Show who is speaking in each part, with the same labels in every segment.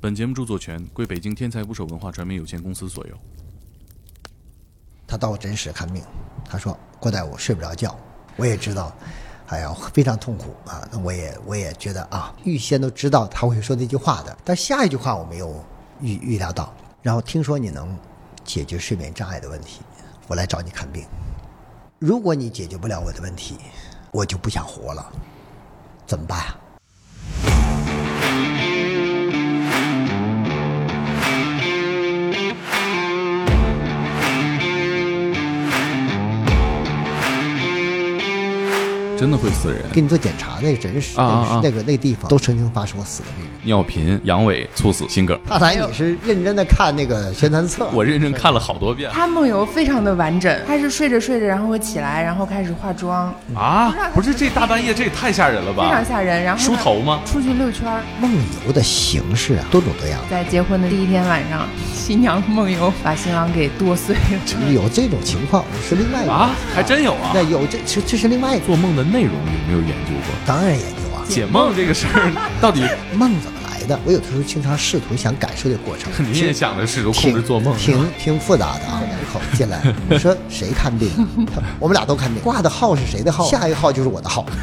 Speaker 1: 本节目著作权归北京天才捕手文化传媒有限公司所有。
Speaker 2: 他到我诊室看病，他说：“郭大夫，我睡不着觉，我也知道，哎呀，非常痛苦啊。那我也我也觉得啊，预先都知道他会说那句话的，但下一句话我没有预预料到。然后听说你能解决睡眠障碍的问题，我来找你看病。如果你解决不了我的问题，我就不想活了，怎么办啊？”
Speaker 1: 真的会死人，
Speaker 2: 给你做检查那个诊室，
Speaker 1: 啊啊啊
Speaker 2: 那个那个地方都曾经发生过死的病人。
Speaker 1: 尿频、阳痿、猝死、心梗，
Speaker 2: 大胆，你是认真的看那个宣传册？
Speaker 1: 我认真看了好多遍
Speaker 3: 他梦游非常的完整，他是睡着睡着，然后会起来，然后开始化妆，
Speaker 1: 啊！不是这大半夜，这也太吓人了
Speaker 3: 非
Speaker 1: 吧
Speaker 3: 常？吓人。然后
Speaker 1: 梳头吗？
Speaker 3: 出去遛圈儿，
Speaker 2: 梦游的形式啊，多种多样，
Speaker 3: 在结婚的第一天晚上，新娘梦游把新郎给剁碎了。
Speaker 2: 有这种情况是另外一个
Speaker 1: 啊，还真有啊
Speaker 2: 那！有这这这是另外一个，
Speaker 1: 做梦的内容有没有研究过？
Speaker 2: 当然研究啊，
Speaker 1: 解梦这个事儿到底，
Speaker 2: 梦怎么来的？我有的时候经常试图想感受这个过 程
Speaker 1: 你也想着试图控制
Speaker 2: 挺
Speaker 1: 做梦？
Speaker 2: 挺挺复杂的 啊。两口子进来，你说谁看 病？我们俩都看病，挂的号是谁的号？下一个号就是我的号。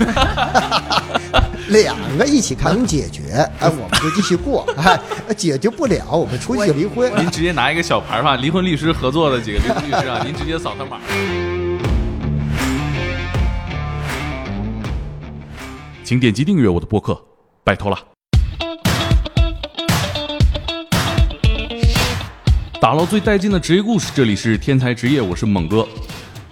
Speaker 2: 两个一起看，能解 决，哎，我们就继续过；哎，解决不了，我们出去离婚。
Speaker 1: 您直接拿一个小牌儿吧，离婚律师合作的几个离婚律师啊，您直接扫他码。请点击订阅我的播客，拜托了。打捞最带劲的职业故事，这里是天才职业，我是猛哥。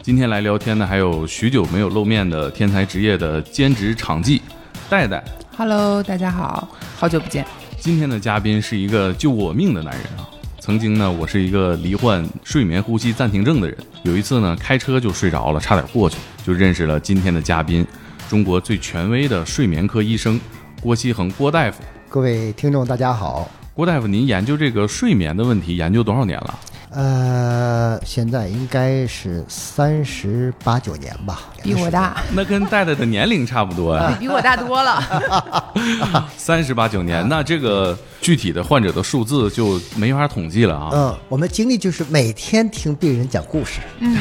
Speaker 1: 今天来聊天的还有许久没有露面的天才职业的兼职场记戴戴。
Speaker 3: Hello，大家好，好久不见。
Speaker 1: 今天的嘉宾是一个救我命的男人啊！曾经呢，我是一个罹患睡眠呼吸暂停症的人。有一次呢，开车就睡着了，差点过去，就认识了今天的嘉宾，中国最权威的睡眠科医生郭希恒郭大夫。
Speaker 2: 各位听众，大家好。
Speaker 1: 郭大夫，您研究这个睡眠的问题研究多少年了？
Speaker 2: 呃，现在应该是三十八九年吧，
Speaker 3: 比我大，
Speaker 1: 那跟戴戴的年龄差不多呀、
Speaker 3: 你比我大多了。
Speaker 2: 啊
Speaker 1: 三十八九年。那这个具体的患者的数字就没法统计了啊。
Speaker 2: 嗯，我们经历就是每天听病人讲故事，嗯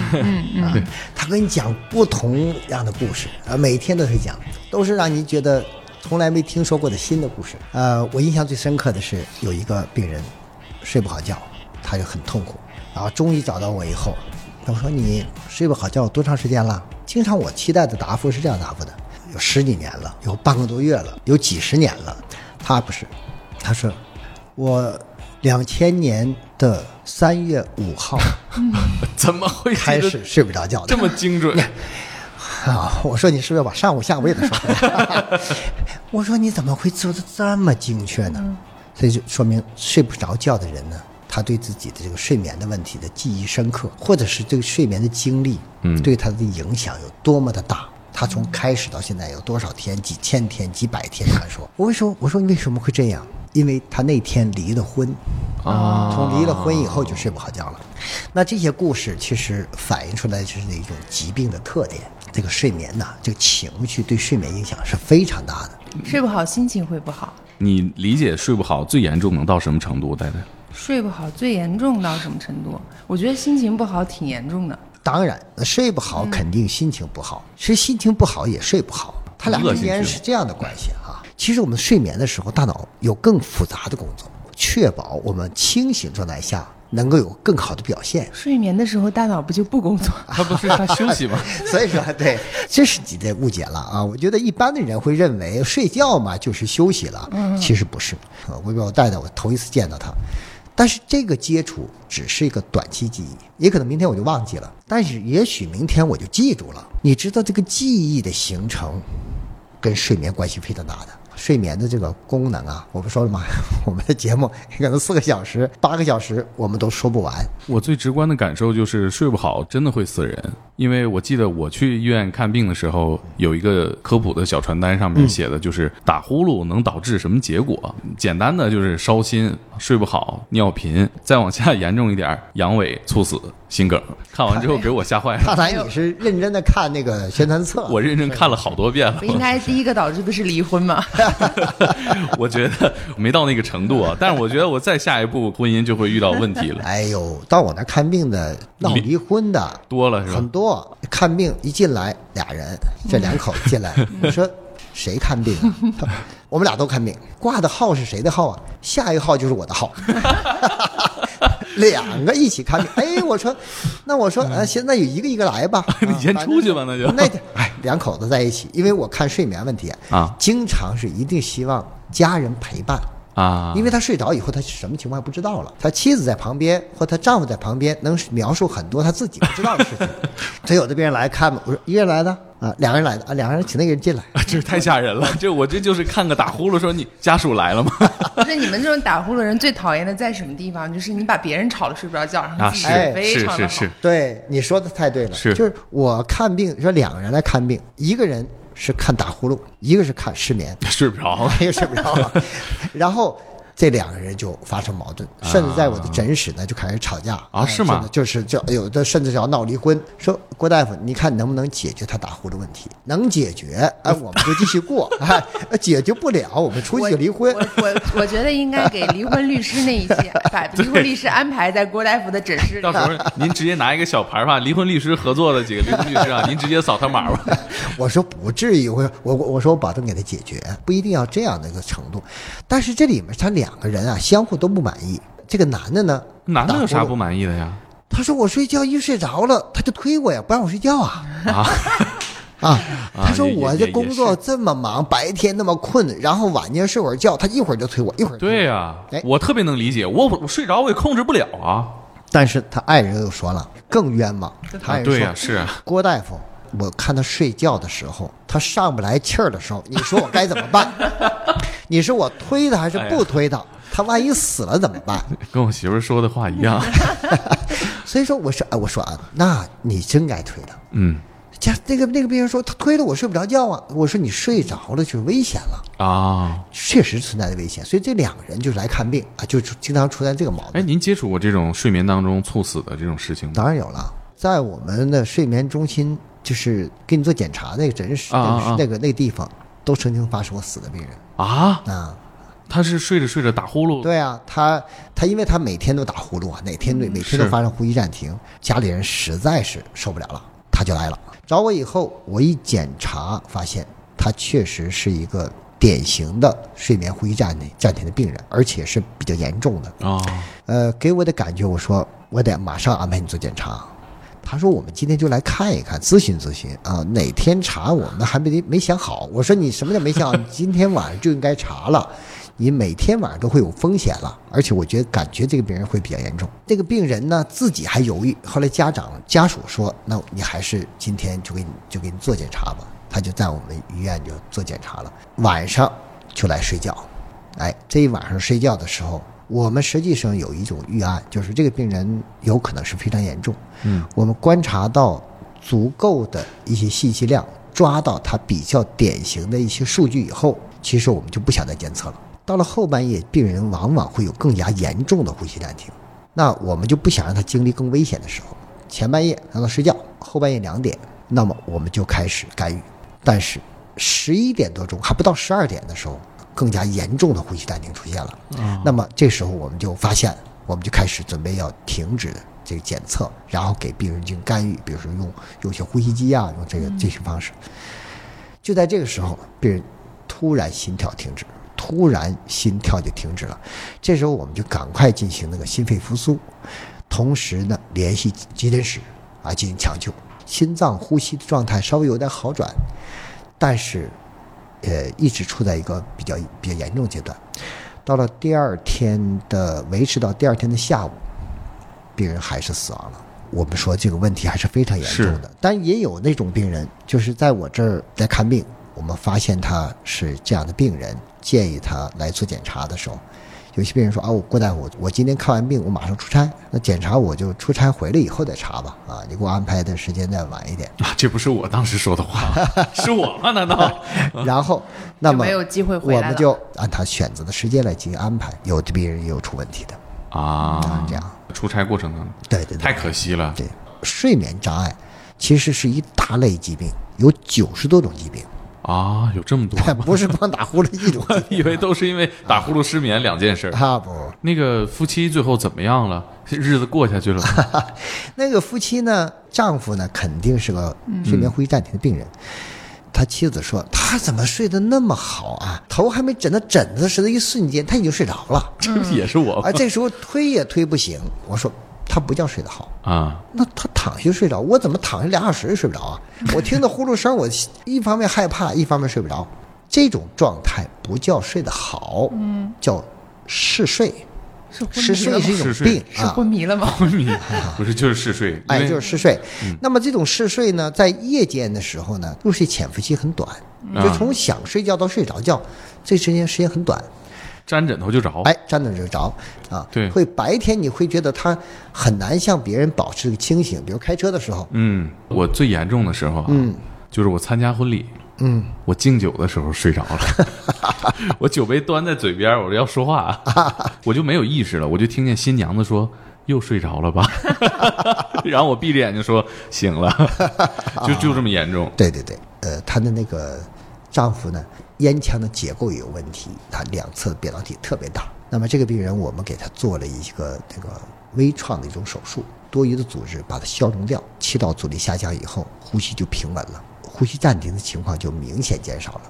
Speaker 2: 嗯啊，他跟你讲不同样的故事，啊，每天都会讲，都是让你觉得从来没听说过的新的故事。呃，我印象最深刻的是有一个病人睡不好觉，他就很痛苦，然后终于找到我以后，我说你睡不好觉多长时间了？经常我期待的答复是这样答复的：有十几年了，有半个多月了，有几十年了。他不是，他说我两千年的三月五号
Speaker 1: 怎么会
Speaker 2: 开
Speaker 1: 记得
Speaker 2: 始睡不着觉的
Speaker 1: 这么精 准？
Speaker 2: 啊！我说你是不是把上午、下午也得说出来？我说你怎么会做的这么精确呢？所以就说明睡不着觉的人呢，他对自己的这个睡眠的问题的记忆深刻，或者是对睡眠的经历，嗯，对他的影响有多么的大。他从开始到现在有多少天、几千天、几百天传说？我为什么我说你为什么会这样？因为他那天离了婚，
Speaker 1: 啊
Speaker 2: 从离了婚以后就睡不好觉了。那这些故事其实反映出来就是一种疾病的特点。这个睡眠呐、这个情绪对睡眠影响是非常大的。
Speaker 3: 睡不好，心情会不好。
Speaker 1: 你理解睡不好最严重能到什么程度？戴戴。
Speaker 3: 睡不好最严重到什么程度？我觉得心情不好挺严重的。
Speaker 2: 当然，睡不好肯定心情不好，其实心情不好也睡不好，它俩
Speaker 1: 恶
Speaker 2: 之
Speaker 1: 性
Speaker 2: 间
Speaker 1: 循
Speaker 2: 是这样的关系啊。其实我们睡眠的时候，大脑有更复杂的工作，确保我们清醒状态下能够有更好的表现。
Speaker 3: 睡眠的时候大脑不就不工作？
Speaker 1: 他不是他休息吗？
Speaker 2: 所以说，对，这是你的误解了啊！我觉得一般的人会认为睡觉嘛就是休息了，其实不是。啊我表带带，我头一次见到他，但是这个接触只是一个短期记忆，也可能明天我就忘记了，但是也许明天我就记住了。你知道这个记忆的形成跟睡眠关系非常大的。睡眠的这个功能啊，我不说了吗？ 我们的节目可能四个小时、八个小时我们都说不完。
Speaker 1: 我最直观的感受就是睡不好真的会死人，因为我记得我去医院看病的时候，有一个科普的小传单上面写的就是打呼噜能导致什么结果，简单的就是烧心睡不好、尿频，再往下严重一点，阳痿、猝死、心梗。看完之后给我吓坏了，
Speaker 2: 看来你是认真的看那个宣传册，
Speaker 1: 我认真看了好多遍了
Speaker 3: 不。 应该第一个导致的是离婚吗？
Speaker 1: 我觉得没到那个程度啊，但是我觉得我再下一步婚姻就会遇到问题了，
Speaker 2: 哎呦，到我那儿看病的闹离婚的
Speaker 1: 多了是吧。
Speaker 2: 很？多，看病一进来俩人，这两口子进来，我 说谁看病啊、他我们俩都看病，挂的号是谁的号啊？下一个号就是我的号。两个一起看病，哎，我说，那我说，呃，行，那有一个一个来吧
Speaker 1: 嗯
Speaker 2: 啊
Speaker 1: 你先出去吧，那就
Speaker 2: 那哎，两口子在一起，因为我看睡眠问题
Speaker 1: 啊
Speaker 2: 经常是一定希望家人陪伴。
Speaker 1: 啊，
Speaker 2: 因为他睡着以后，他什么情况也不知道了。他妻子在旁边，或他丈夫在旁边，能描述很多他自己不知道 的事情。他有的病人来看嘛，我说一个人来的啊，两个人来的啊，两个人请那个人进来。
Speaker 1: 这太吓人了， 这我这就是看个打呼噜说你家属来了 吗？
Speaker 3: 不是你们这种打呼噜人最讨厌的在什么地方？就是你把别人吵得睡不着觉，然后
Speaker 1: 啊，
Speaker 3: 自
Speaker 1: 是
Speaker 3: 己非
Speaker 1: 是
Speaker 3: 常的
Speaker 1: 是
Speaker 3: 好
Speaker 1: 是，
Speaker 2: 对，你说的太对了，
Speaker 1: 是
Speaker 2: 就是我看病说两个人来看病，一个人是看打呼噜，一个是看失眠，
Speaker 1: 睡不 着。
Speaker 2: 也睡哎不着了，然后。这两个人就发生矛盾，甚至在我的诊室呢就开始吵架
Speaker 1: 啊是吗
Speaker 2: 甚至就是就有的甚至要闹离婚，说郭大夫，你看能不能解决他打呼的问题？能解决，哎，我们就继 续过；哎，解决不了，我们出去就离婚。
Speaker 3: 我我我觉得应该给离婚律师那一期， 把离婚律师安排在郭大夫的诊室里
Speaker 1: 到。时候您直接拿一个小牌儿吧，离婚律师合作的几个离婚律师 啊，您直接扫他码吧。
Speaker 2: 我说不至于，我说我我我说我保证给他解决，不一定要这样的一个程度。但是这里面他两个人啊，相互都不满意。这个男的呢，
Speaker 1: 男的有
Speaker 2: 打
Speaker 1: 啥
Speaker 2: 呼噜
Speaker 1: 不满意的呀？
Speaker 2: 他说我睡觉一睡着了，他就推我呀，不让我睡觉啊
Speaker 1: 啊
Speaker 2: 啊！他说
Speaker 1: 也也
Speaker 2: 我
Speaker 1: 也
Speaker 2: 这
Speaker 1: 也
Speaker 2: 工作
Speaker 1: 是
Speaker 2: 这么忙，白天那么困，然后晚间睡会儿觉，他一会儿就推我，一会儿推我
Speaker 1: 对呀、
Speaker 2: 哎
Speaker 1: 我特别能理解，我我睡着我也控制不了啊。
Speaker 2: 但是他爱人又说了，更冤枉。他
Speaker 1: 啊
Speaker 2: 爱人
Speaker 1: 对
Speaker 2: 说
Speaker 1: 呀、是啊
Speaker 2: 郭大夫，我看他睡觉的时候，他上不来气儿的时候，你说我该怎么办？ 你说我推他还是不推他？他万一死了怎么办？
Speaker 1: 跟我媳妇儿说的话一 样。
Speaker 2: 所以说我说，哎，我说啊，那你真该推他。
Speaker 1: 嗯
Speaker 2: 家那个那个病人说他推了我睡不着觉啊，我说你睡着了就是危险了，
Speaker 1: 啊，
Speaker 2: 确实存在的危险，所以这两个人就是来看病啊，就经常出现这个矛
Speaker 1: 哎，
Speaker 2: 盾。
Speaker 1: 您接触过这种睡眠当中猝死的这种事情吗？
Speaker 2: 当然有了，在我们的睡眠中心，就是给你做检查那个诊室，
Speaker 1: 啊啊啊
Speaker 2: 那个那个地方，都曾经发生过死的病人
Speaker 1: 啊，
Speaker 2: 啊。
Speaker 1: 他是睡着睡着打呼噜。
Speaker 2: 对啊，他他因为他每天都打呼噜啊，哪天对每天都
Speaker 1: 是
Speaker 2: 发生呼吸暂停，家里人实在是受不了了，他就来了。找我以后，我一检查发现他确实是一个典型的睡眠呼吸暂停暂停的病人，而且是比较严重的。
Speaker 1: 啊，
Speaker 2: 呃，给我的感觉，我说我得马上安排你做检查。他说我们今天就来看一看，咨询咨询啊，哪天查我们还没没想好。我说你什么叫没想好？你今天晚上就应该查了。你每天晚上都会有风险了，而且我觉得感觉这个病人会比较严重。这个病人呢自己还犹豫，后来家长家属说，那你还是今天就给你就给你做检查吧。他就在我们医院就做检查了，晚上就来睡觉。哎，这一晚上睡觉的时候，我们实际上有一种预案，就是这个病人有可能是非常严重。
Speaker 1: 嗯，
Speaker 2: 我们观察到足够的一些信息量，抓到他比较典型的一些数据以后，其实我们就不想再监测了。到了后半夜，病人往往会有更加严重的呼吸暂停，那我们就不想让他经历更危险的时候。前半夜让他睡觉，后半夜两点，那么我们就开始干预。但是十一点多钟还不到十二点的时候，更加严重的呼吸暂停出现了。
Speaker 1: 啊
Speaker 2: 那么这时候我们就发现，我们就开始准备要停止这个检测，然后给病人进行干预，比如说用用一些呼吸机啊，用这个这些方式。就在这个时候，病人突然心跳停止，突然心跳就停止了。这时候我们就赶快进行那个心肺复苏，同时呢联系急诊室啊进行抢救。心脏呼吸的状态稍微有点好转，但是呃一直处在一个比较比较严重阶段。到了第二天的维持到第二天的下午，病人还是死亡了。我们说这个问题还是非常严重的，但也有那种病人，就是在我这儿来看病，我们发现他是这样的病人，建议他来做检查的时候，有些病人说啊，我郭大夫，我我今天看完病，我马上出差，那检查我就出差回来以后再查吧。啊，你给我安排的时间再晚一点。
Speaker 1: 啊，这不是我当时说的 话，是我吗？难道？
Speaker 2: 然后，那么
Speaker 3: 啊没有机会回来
Speaker 2: 我
Speaker 3: 了
Speaker 2: 们就按他选择的时间来进行安排。有的病人也有出问题的，
Speaker 1: 啊，
Speaker 2: 这样
Speaker 1: 出差过程当中，
Speaker 2: 对对对，
Speaker 1: 太可惜了。
Speaker 2: 对，睡眠障碍其实是一大类疾病，有九十多种疾病，
Speaker 1: 啊，有这么多，
Speaker 2: 不是光打呼噜一种 疾
Speaker 1: 以为都是因为打呼噜失眠两件事
Speaker 2: 病
Speaker 1: 儿。
Speaker 2: 啊不。
Speaker 1: 那个夫妻最后怎么样了？日子过下去了吗
Speaker 2: 那个夫妻呢，丈夫呢肯定是个
Speaker 3: 嗯
Speaker 2: 睡眠呼吸暂停的病人。他妻子说：“他怎么睡得那么好啊？头还没枕到枕头时的一瞬间，他已经睡着了。
Speaker 1: 这不也是我吗
Speaker 2: 而这时候推也推不醒。我说他不叫睡得好，
Speaker 1: 啊？
Speaker 2: 那他躺下就睡着，我怎么躺下俩小时也睡不着啊？我听到呼噜声，我一方面害怕，一方面睡不着。这种状态不叫睡得好，嗯，叫嗜睡。
Speaker 3: 是昏
Speaker 2: 嗜
Speaker 3: 迷了
Speaker 2: 睡是
Speaker 3: 吗
Speaker 2: 一
Speaker 1: 嗜
Speaker 2: 种
Speaker 1: 睡
Speaker 2: 病
Speaker 3: 是
Speaker 2: 啊，
Speaker 3: 昏迷了吗？
Speaker 1: 昏迷不是就是嗜睡，
Speaker 2: 哎，
Speaker 1: 因为
Speaker 2: 就是嗜睡。
Speaker 1: 嗯
Speaker 2: 那么这种嗜睡呢，在夜间的时候呢，入睡潜伏期很短，
Speaker 1: 嗯
Speaker 2: 就从想睡觉到睡着觉，这时间时间很短。
Speaker 1: 沾枕头就着。
Speaker 2: 哎，沾着就着啊，
Speaker 1: 对
Speaker 2: 会白天你会觉得他很难向别人保持清醒，比如开车的时候，
Speaker 1: 嗯，我最严重的时候啊，
Speaker 2: 嗯
Speaker 1: 就是我参加婚礼，嗯，我敬酒的时候睡着 了，我酒杯端在嘴边，我要说话，啊 我就没有意识了，我就听见新娘子说。又睡着了吧？ 然后我闭着眼睛说醒 了，就就这么严重。。
Speaker 2: 对对对，呃，她的那个丈夫呢，咽腔的结构也有问题，他两侧的扁桃体特别大。那么这个病人，我们给他做了一个那个微创的一种手术，多余的组织把它消融掉，气道阻力下降以后，呼吸就平稳了，呼吸暂停的情况就明显减少了。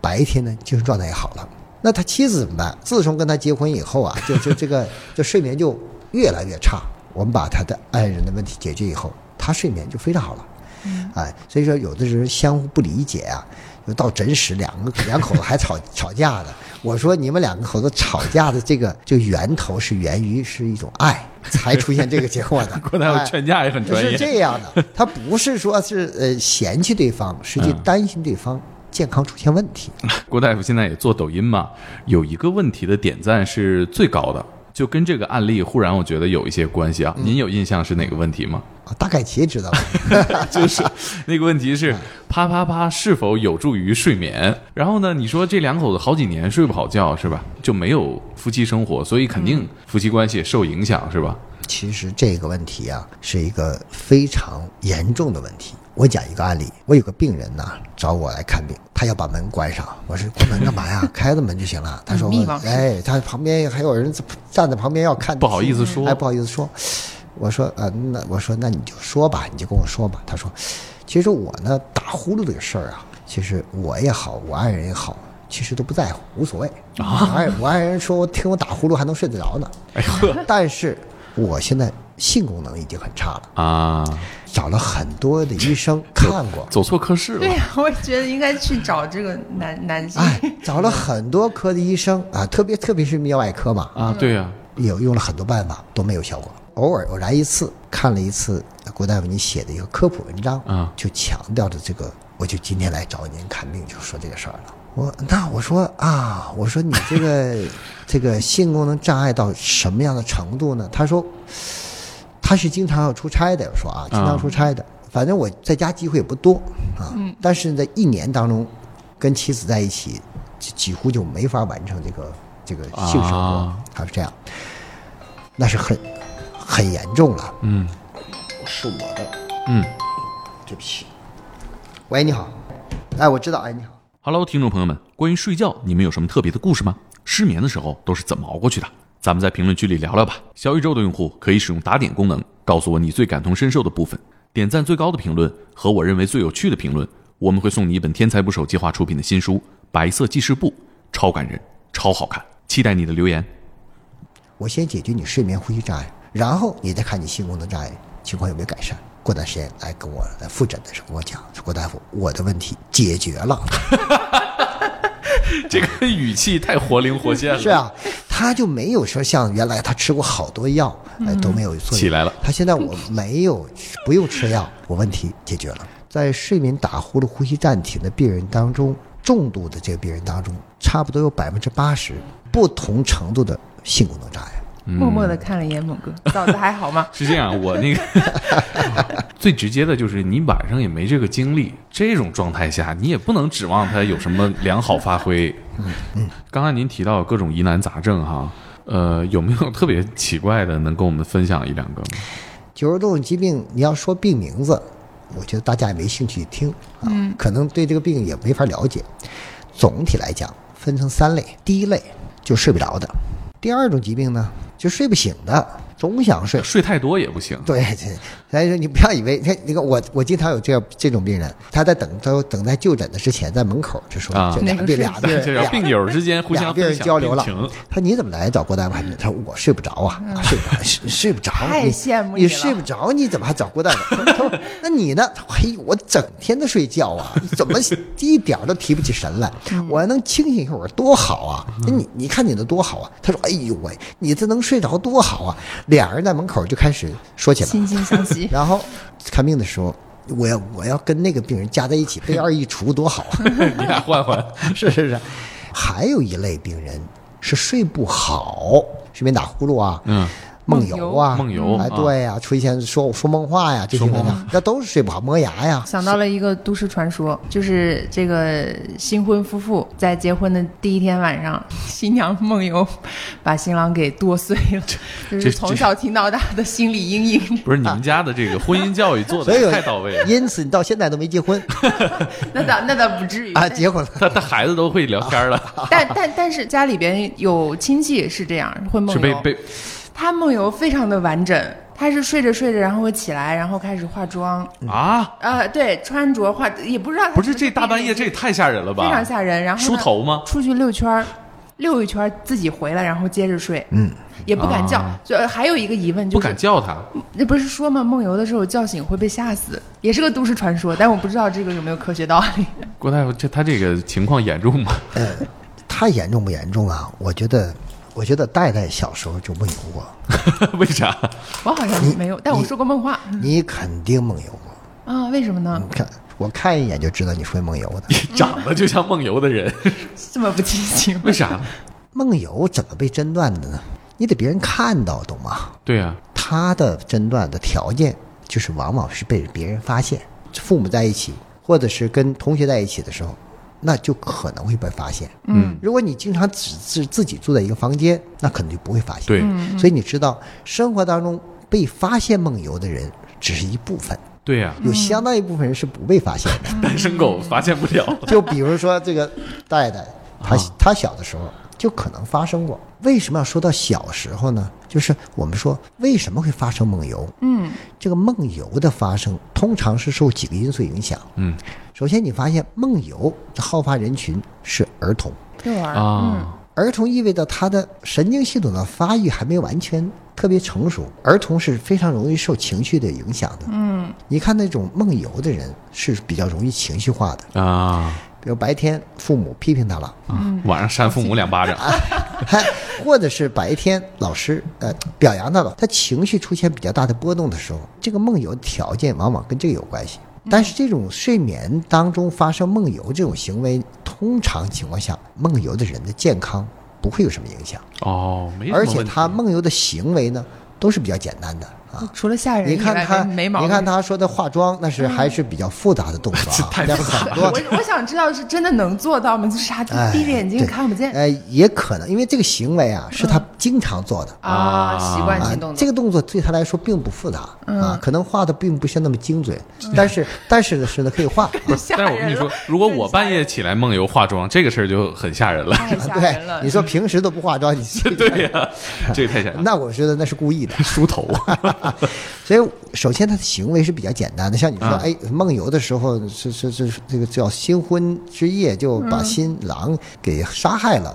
Speaker 2: 白天呢，精神状态也好了。那他妻子怎么办？自从跟他结婚以后啊，就就这个这睡眠就越来越差。我们把他的爱人的问题解决以后，他睡眠就非常好了。哎，所以说有的人相互不理解啊，就到真实两个两口子还吵吵架的。我说你们两个口子吵架的这个这个源头是源于是一种爱，才出现这个结果的
Speaker 1: 郭大夫
Speaker 2: 哎
Speaker 1: 劝架也很专
Speaker 2: 是
Speaker 1: 业，
Speaker 2: 这样的，他不是说是呃嫌弃对方，实
Speaker 1: 嗯
Speaker 2: 际担心对方健康出现问题。
Speaker 1: 郭大夫现在也做抖音嘛，有一个问题的点赞是最高的，就跟这个案例忽然我觉得有一些关系啊。
Speaker 2: 嗯
Speaker 1: 您有印象是哪个问题吗？
Speaker 2: 啊大概其也知道了，
Speaker 1: 就是那个问题是啪啪啪是否有助于睡眠？然后呢，你说这两口子好几年睡不好觉是吧？就没有夫妻生活，所以肯定夫妻关系也受影响是吧？
Speaker 2: 其实这个问题啊是一个非常严重的问题。我讲一个案例，我有个病人呢找我来看病，他要把门关上，我说关门干嘛呀？开着门就行了。他说
Speaker 3: 密钥匙
Speaker 2: 哎，他旁边还有人站在旁边要看，
Speaker 1: 不好意思说
Speaker 2: 哎，不好意思说。我说呃，那我说那你就说吧，你就跟我说吧。他说，其实我呢打呼噜这个事儿啊，其实我也好，我爱人也好，其实都不在乎，无所谓啊。我爱我爱人说我听我打呼噜还能睡得着呢，
Speaker 1: 哎呦
Speaker 2: 但是我现在性功能已经很差了，
Speaker 1: 啊，
Speaker 2: 找了很多的医生看过，
Speaker 1: 走错科室
Speaker 3: 对
Speaker 1: 了。
Speaker 3: 呀、我也觉得应该去找这个男男性。
Speaker 2: 哎，找了很多科的医生啊，特别特别是泌尿外科嘛，
Speaker 1: 啊，对呀、
Speaker 2: 有用了很多办法都没有效果，偶尔偶然一次看了一次郭大夫你写的一个科普文章
Speaker 1: 啊
Speaker 2: 就强调着这个，我就今天来找您看病就说这个事儿了。我那我说啊，我说你这个这个性功能障碍到什么样的程度呢？他说他是经常要出差的，我说啊，经常出差的。反正我在家机会也不多啊，但是在一年当中，跟妻子在一起，几几乎就没法完成这个这个性生活。
Speaker 1: 啊
Speaker 2: 他是这样，那是很很严重了。
Speaker 1: 嗯
Speaker 2: 是我的，
Speaker 1: 嗯。
Speaker 2: 对不起。喂，你好。哎，我知道。哎，你好。
Speaker 1: Hello，听众朋友们，关于睡觉，你们有什么特别的故事吗？失眠的时候都是怎么熬过去的？咱们在评论区里聊聊吧。小宇宙的用户可以使用打点功能，告诉我你最感同身受的部分，点赞最高的评论和我认为最有趣的评论，我们会送你一本天才捕手计划出品的新书《白色记事簿》，超感人，超好看，期待你的留言。
Speaker 2: 我先解决你睡眠呼吸障碍，然后你再看你性功能障碍情况有没有改善。过段时间来跟我来复诊的时候跟我讲，说郭大夫，我的问题解决了。
Speaker 1: 这个语气太活灵活现了，
Speaker 2: 是啊，他就没有说像原来他吃过好多药，哎都没有作用。
Speaker 1: 起来了
Speaker 2: 他现在我没有不用吃药，我问题解决了。在睡眠打呼噜、呼吸暂停的病人当中，重度的这个病人当中，差不多有百分之八十不同程度的性功能障碍。
Speaker 1: 嗯
Speaker 3: 默默的看了一眼猛哥，嫂子还好吗？
Speaker 1: 是这样，我那个最直接的就是你晚上也没这个精力，这种状态下你也不能指望他有什么良好发挥。
Speaker 2: 嗯
Speaker 1: 刚才您提到各种疑难杂症哈，呃，有没有特别奇怪的能跟我们分享一两个吗？
Speaker 2: 酒肉动物疾病，你要说病名字，我觉得大家也没兴趣听啊，
Speaker 3: 嗯
Speaker 2: 可能对这个病也没法了解。总体来讲，分成三类，第一类就睡不着的，第二种疾病呢，就睡不醒的，总想睡。
Speaker 1: 睡太多也不行，
Speaker 2: 对，对所以说你不要以为他，你看我我经常有这样这种病人，他在等他等在就诊的之前，在门口就说
Speaker 1: 啊
Speaker 2: 这俩
Speaker 3: 那个
Speaker 2: 病
Speaker 3: 睡
Speaker 2: 俩病
Speaker 1: 这叫
Speaker 2: 俩
Speaker 1: 病友之间互
Speaker 2: 俩
Speaker 1: 相
Speaker 2: 病
Speaker 1: 分
Speaker 2: 人
Speaker 1: 享
Speaker 2: 交流了
Speaker 1: 病情，
Speaker 2: 他说你怎么来找郭大夫？他说我睡不着啊，睡不 着，睡睡不着，
Speaker 3: 嗯太
Speaker 2: 你
Speaker 3: 羡慕
Speaker 2: 你
Speaker 3: 你
Speaker 2: 睡
Speaker 3: 了
Speaker 2: 不着，你怎么还找郭大夫？他说那你呢？他说嘿，我整天的睡觉啊，怎么一点儿都提不起神来？
Speaker 3: 嗯
Speaker 2: 我要能清醒一会儿多好啊！那你你看你的多好啊！他说哎呦喂，你这能睡着多好啊！俩人在门口就开始说起来，
Speaker 3: 惺惺相惜，
Speaker 2: 然后看病的时候。我要我要跟那个病人加在一起，被二一除多好 啊！
Speaker 1: 你俩换换。
Speaker 2: 是是是，还有一类病人是睡不好，睡眠打呼噜啊，
Speaker 1: 嗯，
Speaker 2: 梦游啊，
Speaker 1: 梦游
Speaker 2: 哎，
Speaker 1: 啊
Speaker 2: 对呀、出现说说梦话呀，这些
Speaker 1: 说
Speaker 2: 问
Speaker 1: 梦
Speaker 2: 题
Speaker 1: 话，
Speaker 2: 那都是睡不好，磨牙呀，
Speaker 3: 想到了一个都市传说，就是这个新婚夫妇在结婚的第一天晚上，新娘梦游，把新郎给剁碎了，就是从小听到大的心理阴影。
Speaker 1: 不是你们家的这个婚姻教育 做
Speaker 2: 啊所以
Speaker 1: 的
Speaker 2: 有
Speaker 1: 太到位了，
Speaker 2: 因此你到现在都没结婚
Speaker 3: 那倒那倒不至于
Speaker 2: 啊，结婚了。
Speaker 1: 他他孩子都会聊天
Speaker 2: 啊
Speaker 1: 了，
Speaker 3: 但但但是家里边有亲戚是这样，会梦
Speaker 1: 是
Speaker 3: 游。
Speaker 1: 被被
Speaker 3: 他梦游非常的完整，他是睡着睡着，然后会起来，然后开始化妆。
Speaker 2: 嗯
Speaker 1: 啊，
Speaker 3: 呃，对，穿着化也不知道他
Speaker 1: 不是
Speaker 3: 什么时
Speaker 1: 这
Speaker 3: 候
Speaker 1: 大半夜这也太吓人了吧？
Speaker 3: 非常吓人。然后呢
Speaker 1: 梳头吗？
Speaker 3: 出去溜圈儿，溜一圈儿自己回来，然后接着睡。嗯，也不敢叫
Speaker 1: 啊。
Speaker 3: 就呃还有一个疑问
Speaker 1: 不
Speaker 3: 就是
Speaker 1: 敢，叫他，
Speaker 3: 那不是说嘛，梦游的时候叫醒会被吓死，也是个都市传说，但我不知道这个有没有科学道理。
Speaker 1: 郭大夫，这他这个情况严重吗？
Speaker 2: 呃，他严重不严重啊？我觉得，我觉得戴戴小时候就梦游过，
Speaker 1: 为啥？
Speaker 3: 我好像没有，但我说过梦话
Speaker 1: 嗯
Speaker 2: 你肯定梦游过。
Speaker 3: 啊？为什么呢
Speaker 2: 你？看，我看一眼就知道你会梦游的。
Speaker 1: 长得就像梦游的人，
Speaker 3: 这么不清醒？
Speaker 1: 为啥？
Speaker 2: 梦游怎么被诊断的呢？你得别人看到，懂吗？
Speaker 1: 对呀、
Speaker 2: 他的诊断的条件就是往往是被别人发现，父母在一起或者是跟同学在一起的时候，那就可能会被发现。
Speaker 1: 嗯，
Speaker 2: 如果你经常只是自己住在一个房间，那可能就不会发现。
Speaker 1: 对，
Speaker 2: 所以你知道，生活当中被发现梦游的人只是一部分，
Speaker 1: 对呀、
Speaker 2: 有相当一部分人是不被发现的。
Speaker 1: 单身狗发现不了。
Speaker 2: 就比如说这个戴戴，他他小的时候就可能发生过。为什么要说到小时候呢？就是我们说为什么会发生梦游？嗯，这个梦游的发生通常是受几个因素影响。
Speaker 1: 嗯
Speaker 2: 首先，你发现梦游的好发人群是儿童，
Speaker 3: 遛玩儿
Speaker 1: 啊，
Speaker 2: 儿童意味着他的神经系统的发育还没有完全特别成熟，儿童是非常容易受情绪的影响的。嗯，你看那种梦游的人是比较容易情绪化的，
Speaker 1: 啊，
Speaker 2: 比如白天父母批评他了。
Speaker 1: 晚上扇父母两巴掌，
Speaker 2: 还或者是白天老师呃表扬他了，他情绪出现比较大的波动的时候，这个梦游条件往往跟这个有关系。但是这种睡眠当中发生梦游这种行为，通常情况下，梦游的人的健康不会有什么影响，
Speaker 1: 哦，没什么
Speaker 2: 而且
Speaker 1: 问题
Speaker 2: 他梦游的行为呢，都是比较简单的啊。
Speaker 3: 除了吓人以
Speaker 2: 你
Speaker 3: 外，
Speaker 2: 看他，
Speaker 3: 没没毛病。
Speaker 2: 你看他说的化妆，那是还是比较复杂的动作
Speaker 1: 这
Speaker 2: 啊，
Speaker 1: 太
Speaker 2: 那
Speaker 1: 复杂
Speaker 2: 很多
Speaker 3: 我我想知道是真的能做到吗？就是啥，就
Speaker 2: 哎
Speaker 3: 闭着眼睛
Speaker 2: 对
Speaker 3: 看不见
Speaker 2: 呃，也可能因为这个行为啊，是他经常做的。
Speaker 3: 啊，习惯性动嗯
Speaker 2: 这
Speaker 3: 作。
Speaker 2: 个动作对他来说并不复杂、啊，可能画的并不是那么精准，但
Speaker 3: 嗯
Speaker 2: 是但是呢是呢可以画。啊
Speaker 1: 不是，但是我跟你说
Speaker 3: 吓人了，
Speaker 1: 如果我半夜起来梦游化妆，这个事儿就很吓人了。
Speaker 3: 太吓人了！
Speaker 2: 对，你说平时都不化妆，你
Speaker 1: 对呀、这个太吓人了。
Speaker 2: 那我觉得那是故意 的。
Speaker 1: 梳头，
Speaker 2: 所以首先他的行为是比较简单的，像你说，
Speaker 1: 嗯
Speaker 3: 啊
Speaker 2: 哎，梦游的时候是是是这个叫新婚之夜就把新郎给杀害了，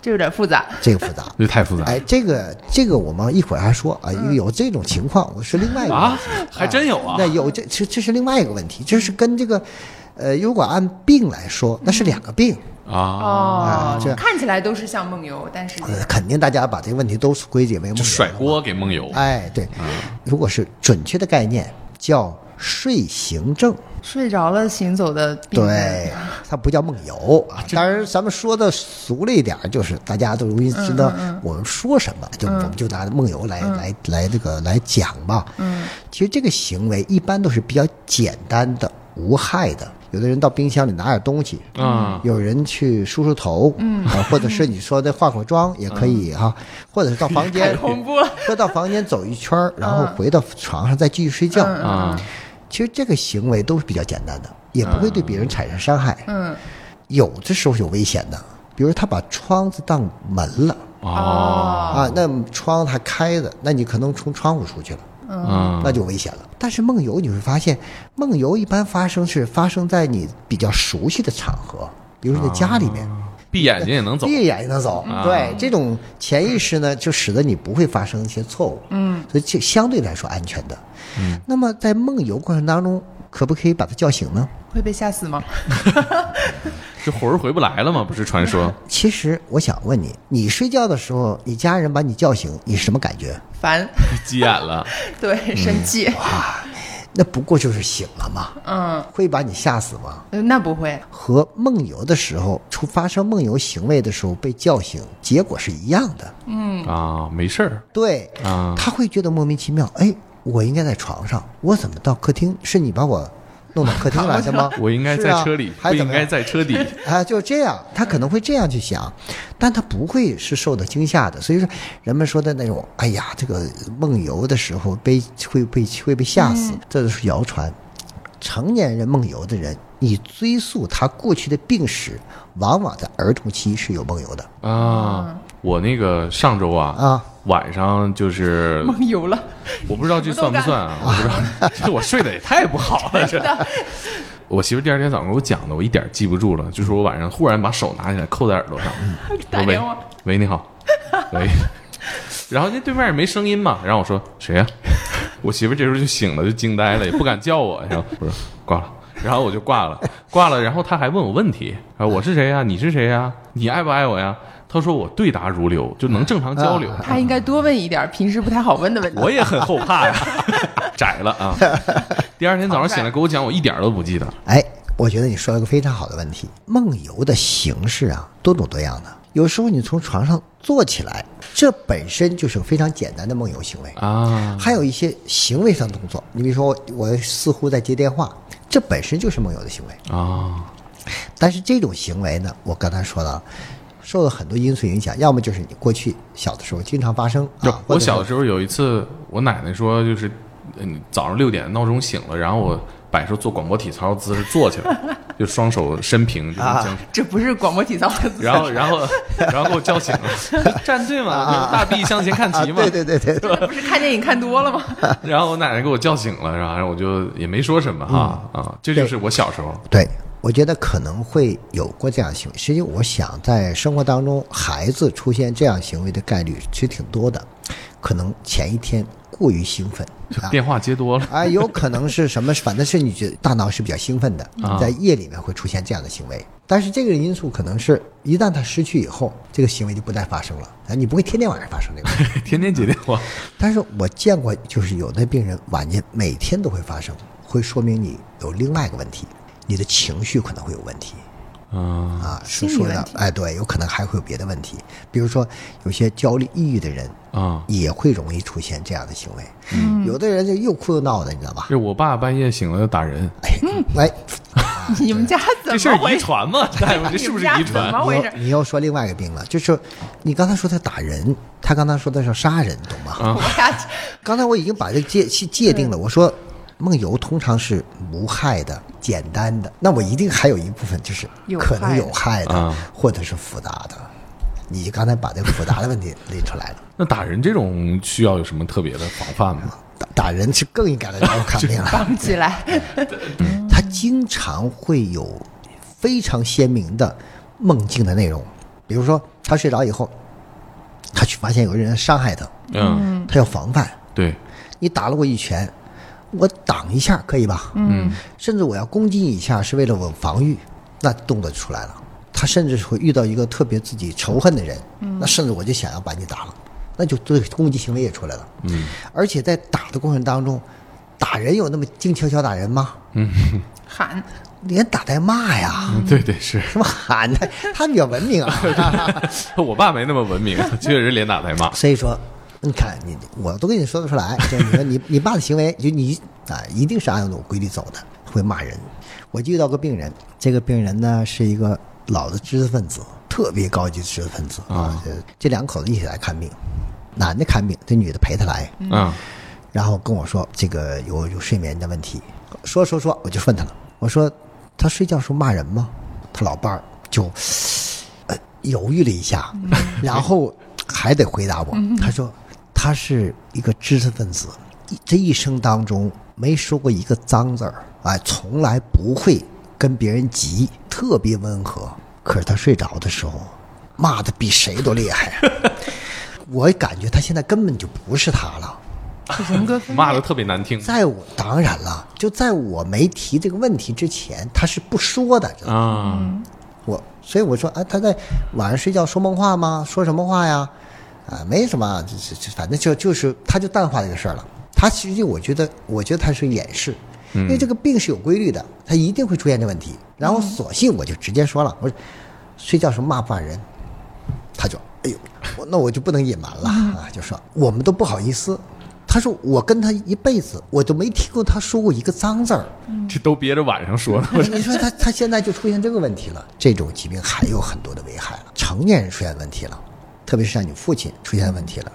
Speaker 3: 这有点复杂。
Speaker 2: 这个复杂。
Speaker 1: 这太
Speaker 3: 嗯
Speaker 1: 复杂
Speaker 2: 哎，这个这个我们一会儿还说啊，有这种情况，我是另外一个问题
Speaker 1: 啊，还真有啊
Speaker 2: 那。有这这这是另外一个问题，这是跟这个，呃，如果按病来说，那是两个病，
Speaker 1: 啊，
Speaker 3: 哦
Speaker 2: 啊这
Speaker 3: 看起来都是像梦游，但是
Speaker 2: 呃，肯定大家把这个问题都归结为梦游
Speaker 1: 就甩。锅给梦游。
Speaker 2: 哎，对，如果是准确的概念叫睡行症。
Speaker 3: 睡着了行走的病人
Speaker 2: 对，它不叫梦游啊。当然，咱们说的俗了一点儿，就是大家都容易知道我们说什么，就我们就拿梦游来、来来这个来讲吧。嗯，其实这个行为一般都是比较简单的、无害的。有的人到冰箱里拿点东西，
Speaker 1: 啊，
Speaker 2: 有人去梳梳头，嗯、或者是你说的化化妆也可以哈、或者是到房
Speaker 3: 太
Speaker 2: 间，
Speaker 3: 恐怖了。
Speaker 2: 说到房间走一圈儿，然后回到床上再继续睡觉。
Speaker 1: 啊，
Speaker 2: 其实这个行为都是比较简单的，也不会对别人产生伤害。
Speaker 3: 嗯，
Speaker 2: 有的时候有危险的，比如他把窗子当门了
Speaker 1: 哦，
Speaker 2: 啊，那窗它开的，那你可能从窗户出去了，
Speaker 1: 嗯，
Speaker 2: 那就危险了。但是梦游你会发现，梦游一般发生是发生在你比较熟悉的场合，比如说你在家里面。
Speaker 1: 闭眼睛也能走，
Speaker 2: 闭眼就能走。啊对，这种潜意识呢，就使得你不会发生一些错误。嗯，所以这相对来说安全的。嗯，那么在梦游过程当中，可不可以把他叫醒呢？
Speaker 3: 会被吓死吗？
Speaker 1: 这魂儿回不来了吗？不是传 说，
Speaker 2: 其实我想问你，你睡觉的时候，你家人把你叫醒，你什么感觉？
Speaker 3: 烦，
Speaker 1: 急眼了，
Speaker 3: 对，
Speaker 2: 嗯
Speaker 3: 生气。
Speaker 2: 那不过就是醒了嘛，
Speaker 3: 嗯，
Speaker 2: 会把你吓死吗？
Speaker 3: 呃那不会，
Speaker 2: 和梦游的时候，出发生梦游行为的时候被叫醒，结果是一样的。
Speaker 1: 啊，没事儿，
Speaker 2: 对，
Speaker 1: 啊？
Speaker 2: 他会觉得莫名其妙，哎，我应该在床上，我怎么到客厅？是你把我弄到客厅来的吗
Speaker 1: 我应该
Speaker 2: 是
Speaker 1: 在
Speaker 2: 啊
Speaker 1: 车里，
Speaker 2: 还
Speaker 1: 不
Speaker 2: 怎
Speaker 1: 应
Speaker 2: 么
Speaker 1: 该
Speaker 2: 样
Speaker 1: 在车底，
Speaker 2: 啊，就这样，他可能会这样去想，但他不会是受到惊吓的。所以说，人们说的那种，哎呀，这个梦游的时候被会被会被吓死，这都是谣传。成年人梦游的人，你追溯他过去的病史，往往在儿童期是有梦游的
Speaker 1: 啊，我那个上周啊，
Speaker 2: 啊。
Speaker 1: 晚上就是
Speaker 3: 梦游了。
Speaker 1: 我不知道这算不算啊，我不知 道，这我睡得也太不好了，这。我媳妇第二天早上给我讲的，我一点儿记不住了。就是我晚上忽然把手拿起来扣在耳朵上，
Speaker 3: 打
Speaker 1: 我说
Speaker 3: 电话
Speaker 1: 喂，喂，你 好，喂。然后那对面也没声音嘛，然后我说谁呀、我媳妇这时候就醒了，就惊呆了，也不敢叫我。然后我说挂了，然后我就挂了，挂了。然后她还问我问题，啊，我是谁呀、你是谁呀、你爱不爱我呀？她说我对答如流，就能正常交流。
Speaker 3: 他应该多问一点平时不太好问的问 题。
Speaker 1: 啊我也很后怕呀、 窄了啊。第二天早上醒来给我讲，我一点儿都不记得。
Speaker 2: 哎，我觉得你说了个非常好的问题。梦游的形式啊，多种多样的。有时候你从床上坐起来，这本身就是个非常简单的梦游行为。
Speaker 1: 啊
Speaker 2: 还有一些行为上的动作，你比如说我，我似乎在接电话，这本身就是梦游的行为。
Speaker 1: 啊
Speaker 2: 但是这种行为呢，我刚才说了，啊受了很多因素影响，要么就是你过去小的时候经常发生
Speaker 1: 就
Speaker 2: 啊，
Speaker 1: 我小
Speaker 2: 时
Speaker 1: 时候有一次，我奶奶说就是，嗯，早上六点闹钟醒了，然后我摆出做广播体操姿势坐起来， 就双手伸平，就跟
Speaker 2: 啊
Speaker 1: 僵尸。
Speaker 3: 这不是广播体操的姿 势
Speaker 1: 然后，然后，然后给我叫醒了， 站队嘛，大臂向前看
Speaker 2: 啊，
Speaker 1: 齐嘛
Speaker 2: 对。 对对对，
Speaker 3: 不是看电影看多了吗？
Speaker 1: 然后我奶奶给我叫醒了，然后我就也没说什么哈啊，这就是我小时候
Speaker 2: 嗯对，我觉得可能会有过这样的行为。实际我想，在生活当中，孩子出现这样行为的概率其实挺多的，可能前一天过于兴奋啊。
Speaker 1: 电话接多了
Speaker 2: 啊，有可能是什么？反正是你觉得大脑是比较兴奋的，在夜里面会出现这样的行为。但是这个因素可能是一旦他失去以后，这个行为就不再发生了。啊，你不会天天晚上发生这个。
Speaker 1: 天天接电 话
Speaker 2: 但是我见过，就是有的病人晚间每天都会发生，会说明你有另外一个问题，你的情绪可能会有问题。
Speaker 1: 啊
Speaker 2: 啊，
Speaker 3: 嗯心
Speaker 2: 是
Speaker 3: 理
Speaker 2: 说
Speaker 3: 问
Speaker 2: 的
Speaker 3: 题，
Speaker 2: 哎，对，有可能还会有别的问题，比如说有些焦虑、抑郁的人
Speaker 1: 啊。
Speaker 2: 也会容易出现这样的行为。嗯，有的人就又哭又闹的，你知道吧？
Speaker 1: 这我爸半夜醒了就打人，
Speaker 2: 哎，
Speaker 3: 嗯
Speaker 2: 哎，
Speaker 3: 你们家
Speaker 1: 这
Speaker 3: 怎
Speaker 1: 事
Speaker 3: 么
Speaker 1: 儿
Speaker 3: 回
Speaker 1: 遗传吗？大夫，这是不是遗
Speaker 3: 你们家怎
Speaker 1: 传
Speaker 3: 么？
Speaker 2: 你
Speaker 3: 回事
Speaker 2: 又你又说另外一个病了，就是你刚才说他打人，他刚才说的是杀人，懂吗？
Speaker 1: 啊
Speaker 3: 我呀，
Speaker 2: 刚才我已经把这个界界界定
Speaker 3: 嗯
Speaker 2: 了，我说。梦游通常是无害的、简单的，那我一定还有一部分就是
Speaker 3: 有
Speaker 2: 可能
Speaker 3: 害
Speaker 2: 有
Speaker 3: 的
Speaker 2: 害的
Speaker 1: 啊，
Speaker 2: 或者是复杂的。你就刚才把这个复杂的问题拎出来了。
Speaker 1: 那打人这种需要有什么特别的防范吗？
Speaker 2: 打打人是更应该来找我看病了。
Speaker 3: 绑起 来，
Speaker 2: 他经常会有非常鲜明的梦境的内容，比如说他睡着以后，他去发现有个人伤害他，
Speaker 1: 嗯，
Speaker 2: 他要防范。
Speaker 1: 对，
Speaker 2: 你打了我一拳，我挡一下可以吧？嗯，甚至我要攻击你一下是为了我防御，那动作就出来了。他甚至是会遇到一个特别自己仇恨的人，那甚至我就想要把你打了，那就对攻击行为也出来了。嗯，而且在打的过程当中，打人有那么静悄悄打人吗？
Speaker 3: 喊，
Speaker 2: 连打带骂呀，
Speaker 1: 对对是，
Speaker 2: 什么 喊的，他们比较文明啊。
Speaker 1: 我爸没那么文明，确实连打带骂。
Speaker 2: 所以说，你看你，我都跟你说得出来， 就你说你你爸的行为，就你啊，一定是按照我规律走的，会骂人。我就遇到个病人，这个病人呢是一个老的知识分子，特别高级的知识分子啊
Speaker 1: 啊，
Speaker 2: 这这两口子一起来看病，男的看病，这女的陪他来，
Speaker 1: 嗯
Speaker 2: 然后跟我说这个有有睡眠的问题，说说说，我就问他了，我说他睡觉时候骂人吗？他老伴儿就呃犹豫了一下，然后还得回答我，他说他是一个知识分子，一这一生当中没说过一个脏字儿，哎，从来不会跟别人急，特别温和，可是他睡着的时候骂的比谁都厉害。我感觉他现在根本就不是他了，
Speaker 3: 是人格
Speaker 2: 嗯
Speaker 3: 分裂
Speaker 1: 骂的特别难听啊
Speaker 2: 在我当然了，就在我没提这个问题之前，他是不说的。知道吗嗯
Speaker 1: 啊，
Speaker 2: 我所以我说啊，他在晚上睡觉说梦话吗？说什么话呀？啊，没什么，这这这反正就就是他就淡化这个事儿了。他实际我觉得，我觉得他是掩饰，因为这个病是有规律的，他一定会出现这问题。然后索性我就直接说了，我说睡觉时候骂不骂人？他就哎呦，我那我就不能隐瞒了啊，就说我们都不好意思。他说我跟他一辈子，我都没听过他说过一个脏字儿。
Speaker 1: 这都憋着晚上说的。
Speaker 2: 你说他他现在就出现这个问题了，这种疾病还有很多的危害了，成年人出现问题了，特别是像你父亲出现问题了，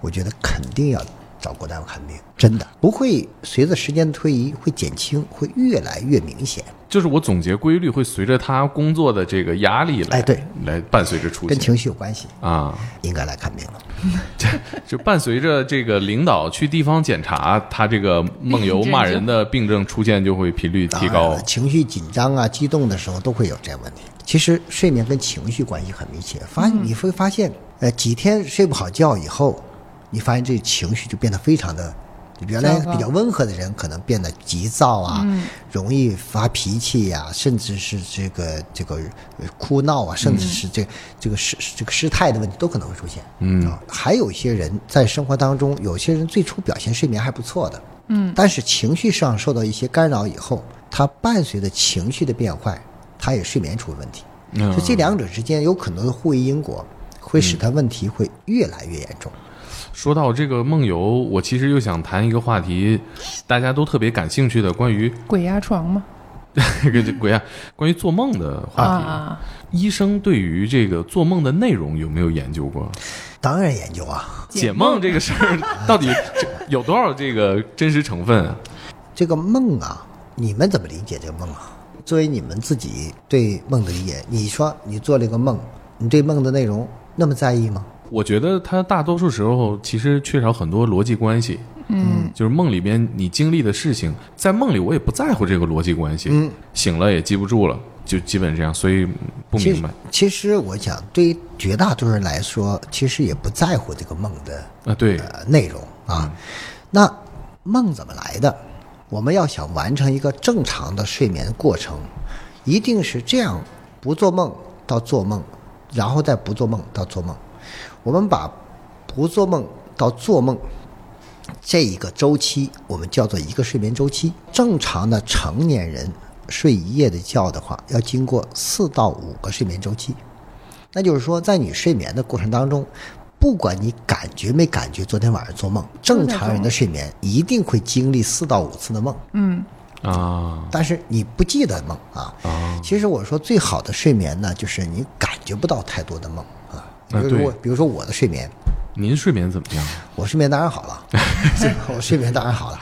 Speaker 2: 我觉得肯定要找国大夫看病，真的不会随着时间的推移会减轻，会越来越明显，
Speaker 1: 就是我总结规律会随着他工作的这个压力来，
Speaker 2: 哎对，
Speaker 1: 来伴随着出
Speaker 2: 跟
Speaker 1: 现
Speaker 2: 情绪有关系，
Speaker 1: 啊，
Speaker 2: 应该来看病了。
Speaker 1: 就伴随着这个领导去地方检查，他这个梦游
Speaker 3: 病症
Speaker 1: 骂人的病症出现就会频率提
Speaker 2: 当然
Speaker 1: 高
Speaker 2: 了。情绪紧张啊、激动的时候都会有这个问题。其实睡眠跟情绪关系很密切，发
Speaker 3: 嗯
Speaker 2: 你会发现，呃，几天睡不好觉以后，你发现这情绪就变得非常的。原来
Speaker 3: 糟糕
Speaker 2: 比较温和的人，可能变得急躁啊，容易发脾气呀、甚至是这个这个呃哭闹啊，甚至是这这个失这个失态的问题都可能会出现。嗯，还有一些人在生活当中，有些人最初表现睡眠还不错的，嗯，但是情绪上受到一些干扰以后，它伴随着情绪的变坏，它也睡眠出问题。
Speaker 1: 嗯
Speaker 2: 所以这两者之间有可能的互为因果，会使它问题会越来越严重。
Speaker 1: 说到这个梦游，我其实又想谈一个话题，大家都特别感兴趣的关于
Speaker 3: 鬼压床嘛
Speaker 1: 这个这鬼啊，关于做梦的话题。
Speaker 3: 啊，
Speaker 1: 医生对于这个做梦的内容有没有研究过？
Speaker 2: 当然研究啊，
Speaker 1: 解梦这个事儿到底这有多少这个真实成分啊？
Speaker 2: 这个梦啊，你们怎么理解这个梦啊？作为你们自己对梦的理解，你说你做了一个梦，你对梦的内容那么在意吗？
Speaker 1: 我觉得它大多数时候其实缺少很多逻辑关系。嗯，就是梦里边你经历的事情，在梦里我也不在乎这个逻辑关系。嗯，醒了也记不住了，就基本这样，所以不
Speaker 2: 其
Speaker 1: 明
Speaker 2: 实
Speaker 1: 白，
Speaker 2: 其实我想，对于绝大多数人来说，其实也不在乎这个梦的
Speaker 1: 啊。对，
Speaker 2: 呃内容
Speaker 1: 嗯
Speaker 2: 啊。那梦怎么来的？我们要想完成一个正常的睡眠过程，一定是这样：不做梦到做梦，然后再不做梦到做梦。我们把不做梦到做梦这一个周期，我们叫做一个睡眠周期。正常的成年人睡一夜的觉的话，要经过四到五个睡眠周期。那就是说，在你睡眠的过程当中，不管你感觉没感觉昨天晚上做梦，正常人的睡眠一定会经历四到五次的梦，
Speaker 1: 啊，
Speaker 2: 但是你不记得梦啊。其实我说最好的睡眠呢，就是你感觉不到太多的梦啊。比
Speaker 1: 啊
Speaker 2: 如说我，
Speaker 1: 对
Speaker 2: 比如说我的睡眠，
Speaker 1: 您睡眠怎么样？
Speaker 2: 我睡眠当然好 了，我睡眠当然好了。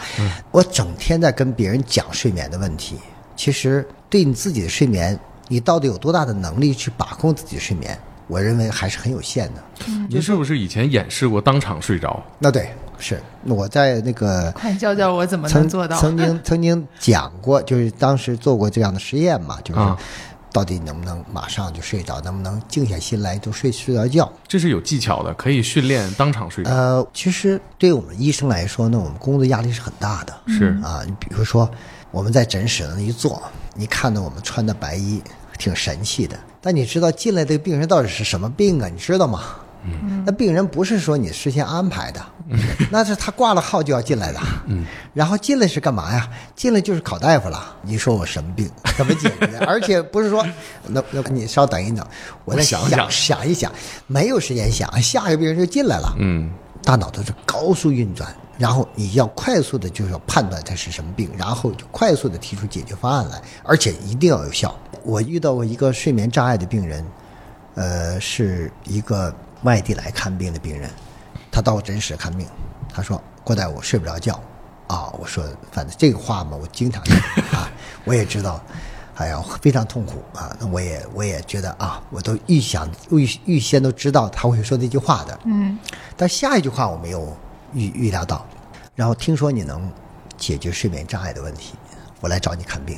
Speaker 2: 我整天在跟别人讲睡眠的问题，其实对你自己的睡眠，你到底有多大的能力去把控自己的睡眠，我认为还是很有限的。
Speaker 1: 您嗯是不是以前演示过当场睡着？
Speaker 2: 那对，是我在那个
Speaker 3: 快教教我怎么能
Speaker 2: 曾
Speaker 3: 做到？
Speaker 2: 曾经曾经讲过，就是当时做过这样的实验嘛，就是
Speaker 1: 啊
Speaker 2: 到底能不能马上就睡着，能不能静下心来就睡睡着觉。
Speaker 1: 这是有技巧的，可以训练当场睡着。
Speaker 2: 呃，其实对我们医生来说呢，我们工作压力是很大的。
Speaker 1: 是
Speaker 2: 啊，你比如说我们在诊室那一坐，你看到我们穿的白衣挺神气的，但你知道进来这个病人到底是什么病啊？你知道吗？嗯，那病人不是说你事先安排的， 那是他挂了号就要进来的。嗯，然后进来是干嘛呀？进来就是考大夫了。你说我什么病？怎么解 决？而且不是说，那那你稍等一等，我再想
Speaker 1: 想
Speaker 2: 想一想，没有时间想，下一个病人就进来了。
Speaker 1: 嗯，
Speaker 2: 大脑都是高速运转，然后你要快速的就是要判断它是什么病，然后就快速的提出解决方案来，而且一定要有效。我遇到过一个睡眠障碍的病人，呃，是一个外地来看病的病人，他到我诊室看病，他说：“郭大夫，我睡不着觉。”啊，我说，反正这个话嘛，我经常说啊，我也知道，哎呀，非常痛苦啊。那我也我也觉得啊，我都预想预预先都知道他会说那句话的，嗯。但下一句话我没有预预料到，然后听说你能解决睡眠障碍的问题，我来找你看病。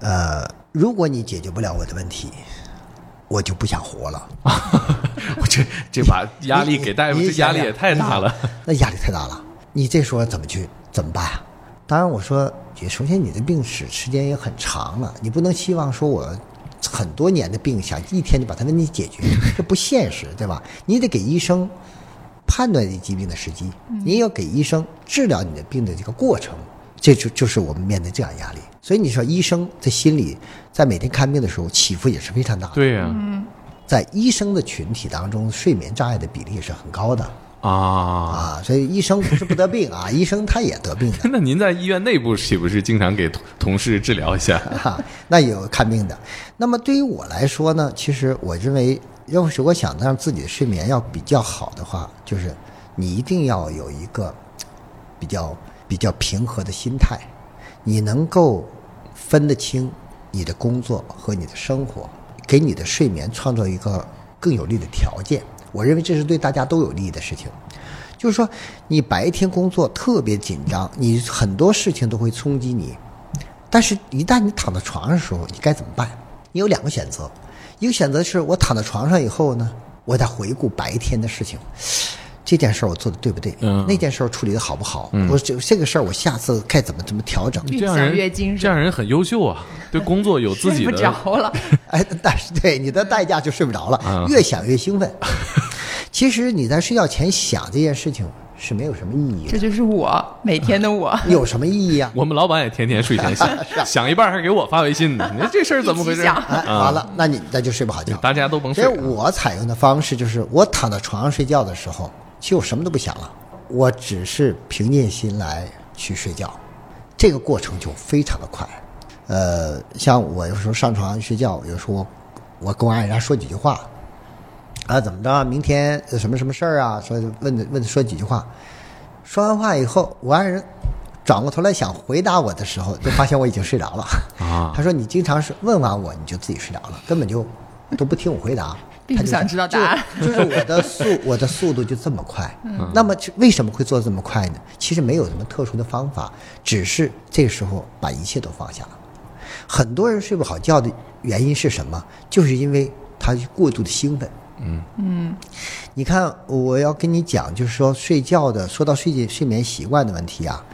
Speaker 2: 呃，如果你解决不了我的问题，我就不想活了。
Speaker 1: 我这这把压力给大夫，
Speaker 2: 你
Speaker 1: 这
Speaker 2: 你
Speaker 1: 压力也
Speaker 2: 想想
Speaker 1: 太大了。
Speaker 2: 那，那压力太大了。你这时候怎么去怎么办啊？当然，我说，也首先你的病史时间也很长了，你不能期望说我很多年的病想一天就把它问题解决，这不现实，对吧？你得给医生判断你疾病的时机，你也要给医生治疗你的病的这个过程。这就就是我们面对这样压力，所以你说医生在心里，在每天看病的时候起伏也是非常大 的。
Speaker 1: 对呀、
Speaker 2: 在医生的群体当中，睡眠障碍的比例也是很高的。
Speaker 1: 啊。
Speaker 2: 啊，所以医生不是不得病啊，医 生他也得病的
Speaker 1: 那您在医院内部岂不是经常给同同事治疗一 下？
Speaker 2: 啊，那也有看病的。那么对于我来说呢，其实我认为，要是我想让自己的睡眠要比较好的话，就是你一定要有一个比较比较平和的心态，你能够分得清你的工作和你的生活，给你的睡眠创造一个更有利的条件。我认为这是对大家都有利益的事情。就是说，你白天工作特别紧张，你很多事情都会冲击你，但是一旦你躺在床上的时候，你该怎么办？你有两个选择，一个选择是我躺在床上以后呢，我再回顾白天的事情，这件事儿我做的对不对？
Speaker 1: 嗯
Speaker 2: 那件事儿处理的好不好？我这这个事儿我下次该怎么怎么调整？
Speaker 3: 越
Speaker 1: 这样
Speaker 3: 想
Speaker 1: 人
Speaker 3: 越精神
Speaker 1: 这样人很优秀啊，对工作有自己
Speaker 3: 睡不
Speaker 1: 的。
Speaker 3: 着了，
Speaker 2: 哎，但是对你的代价就睡不着了，
Speaker 1: 啊
Speaker 2: 越想越兴奋。其实你在睡觉前想这件事情是没有什么意义
Speaker 3: 这
Speaker 2: 的，
Speaker 3: 就是我每天的我。
Speaker 2: 有什么意义啊？
Speaker 1: 我们老板也天天睡前 想， 想一半还给我发微信呢。你说这事儿怎么回事
Speaker 3: 啊一起？想
Speaker 2: 哎，完了，那你那就睡不好觉。
Speaker 1: 大家都甭
Speaker 2: 所
Speaker 1: 睡
Speaker 2: 以
Speaker 1: 了。
Speaker 2: 我采用的方式就是，我躺在床上睡觉的时候，其实我什么都不想了，我只是平静心来去睡觉，这个过程就非常的快。呃，像我有时候上床睡觉，有时候我我跟我爱人说几句话，啊，怎么着啊？明天有什么什么事儿啊？说问问说几句话，说完话以后，我爱人转过头来想回答我的时候，就发现我已经睡着了。
Speaker 1: 啊
Speaker 2: 他说你经常是问完我你就自己睡着了，根本就都不听我回答。
Speaker 3: 并
Speaker 2: 他
Speaker 3: 不
Speaker 2: 就
Speaker 3: 想知道答案嗯
Speaker 2: 就就是我的 速，我的速度就这么快。那么就为什么会做这么快呢？其实没有什么特殊的方法，只是这时候把一切都放下了。很多人睡不好觉的原因是什么？就是因为他过度的兴奋。你看，我要跟你讲，就是说睡觉的，说到睡觉睡眠习惯的问题啊，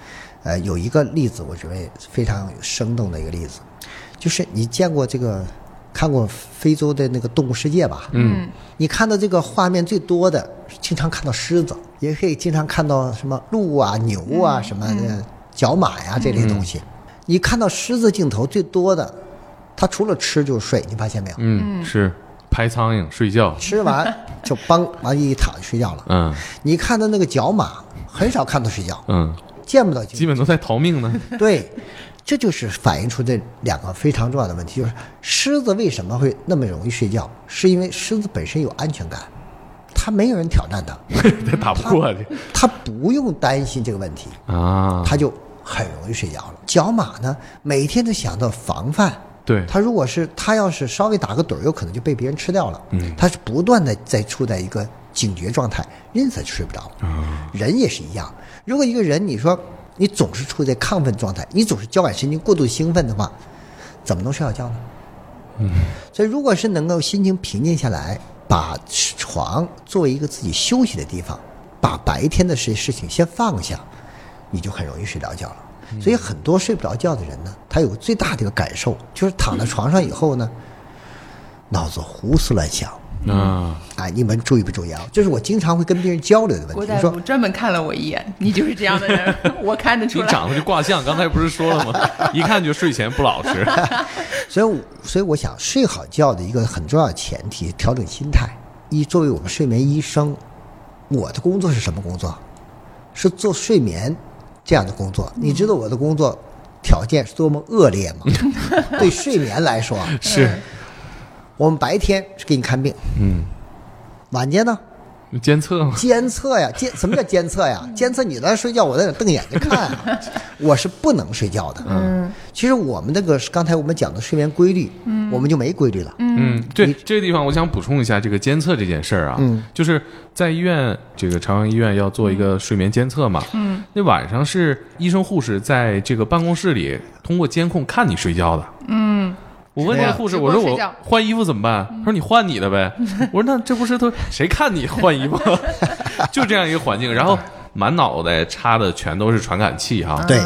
Speaker 2: 呃，有一个例子，我认为非常生动的一个例子，就是你见过这个，看过非洲的那个动物世界吧？嗯，你看到这个画面最多的，经常看到狮子，也可以经常看到什么鹿啊、牛啊、什么的角马呀、这类东西。你看到狮子镜头最多的，它除了吃就是睡，你发现没有？
Speaker 1: 嗯，是拍苍蝇、睡觉。
Speaker 2: 吃完就梆往一躺就睡觉了。
Speaker 1: 嗯
Speaker 2: 你看到那个角马，很少看到睡觉，
Speaker 1: 嗯，
Speaker 2: 见不到
Speaker 1: 基
Speaker 2: 角。
Speaker 1: 本都在逃命呢。
Speaker 2: 对，这就是反映出这两个非常重要的问题，就是狮子为什么会那么容易睡觉，是因为狮子本身有安全感，它没有人挑战它，
Speaker 1: 他打不过去
Speaker 2: 它不用担心这个问题，
Speaker 1: 啊。
Speaker 2: 它就很容易睡觉了。角马呢，每天都想到防范。
Speaker 1: 对
Speaker 2: 它如果是它要是稍微打个盹儿，有可能就被别人吃掉了。嗯，它是不断的在处在一个警觉状态，因此睡不着。人也是一样，如果一个人你说你总是处在亢奋状态，你总是交感神经过度兴奋的话，怎么能睡好觉呢？嗯，所以如果是能够心情平静下来，把床作为一个自己休息的地方，把白天的事事情先放下，你就很容易睡着觉了。所以很多睡不着觉的人呢，他有个最大的一个感受就是躺在床上以后呢，脑子胡思乱想，
Speaker 1: 啊，
Speaker 2: 啊，你们注意不注意啊？这是我经常会跟别人交流的问
Speaker 3: 郭
Speaker 2: 题。
Speaker 3: 大
Speaker 2: 我
Speaker 3: 夫
Speaker 2: 说
Speaker 3: 专门看了我一眼，你就是这样 的人，我看得出
Speaker 1: 你
Speaker 3: 来。
Speaker 1: 长得就卦象，刚才不是说 了吗？一看就睡前不老实。
Speaker 2: 所以我，所以我想，睡好觉的一个很重要的前提，调整心态。一，作为我们睡眠医生，我的工作是什么工作？是做睡眠这样的工作。你知道我的工作条件是多么恶劣吗？ 对睡眠来说，
Speaker 1: 是，
Speaker 2: 我们白天是给你看病，
Speaker 1: 嗯，
Speaker 2: 晚间呢
Speaker 1: 监测吗？
Speaker 2: 监测呀，监什么叫监测呀？监测你在那睡觉，我在那瞪眼睛看啊，我是不能睡觉的。嗯，其实我们那个刚才我们讲的睡眠规律，嗯，我们就没规律了。
Speaker 1: 嗯，对这个地方，我想补充一下这个监测这件事儿啊，
Speaker 2: 嗯
Speaker 1: 就是在医院这个朝阳医院要做一个睡眠监测嘛，嗯，那晚上是医生护士在这个办公室里通过监控看你睡觉的，嗯。我问那个护士，
Speaker 3: 直
Speaker 1: 我
Speaker 3: 播
Speaker 1: 说
Speaker 3: 睡
Speaker 1: 我
Speaker 3: 觉
Speaker 1: 换衣服怎么办？他说你换你的呗。我说那这不是都谁看你换衣服？ 就这样一个环境，然后满脑袋插的全都是传感器哈。
Speaker 2: 对，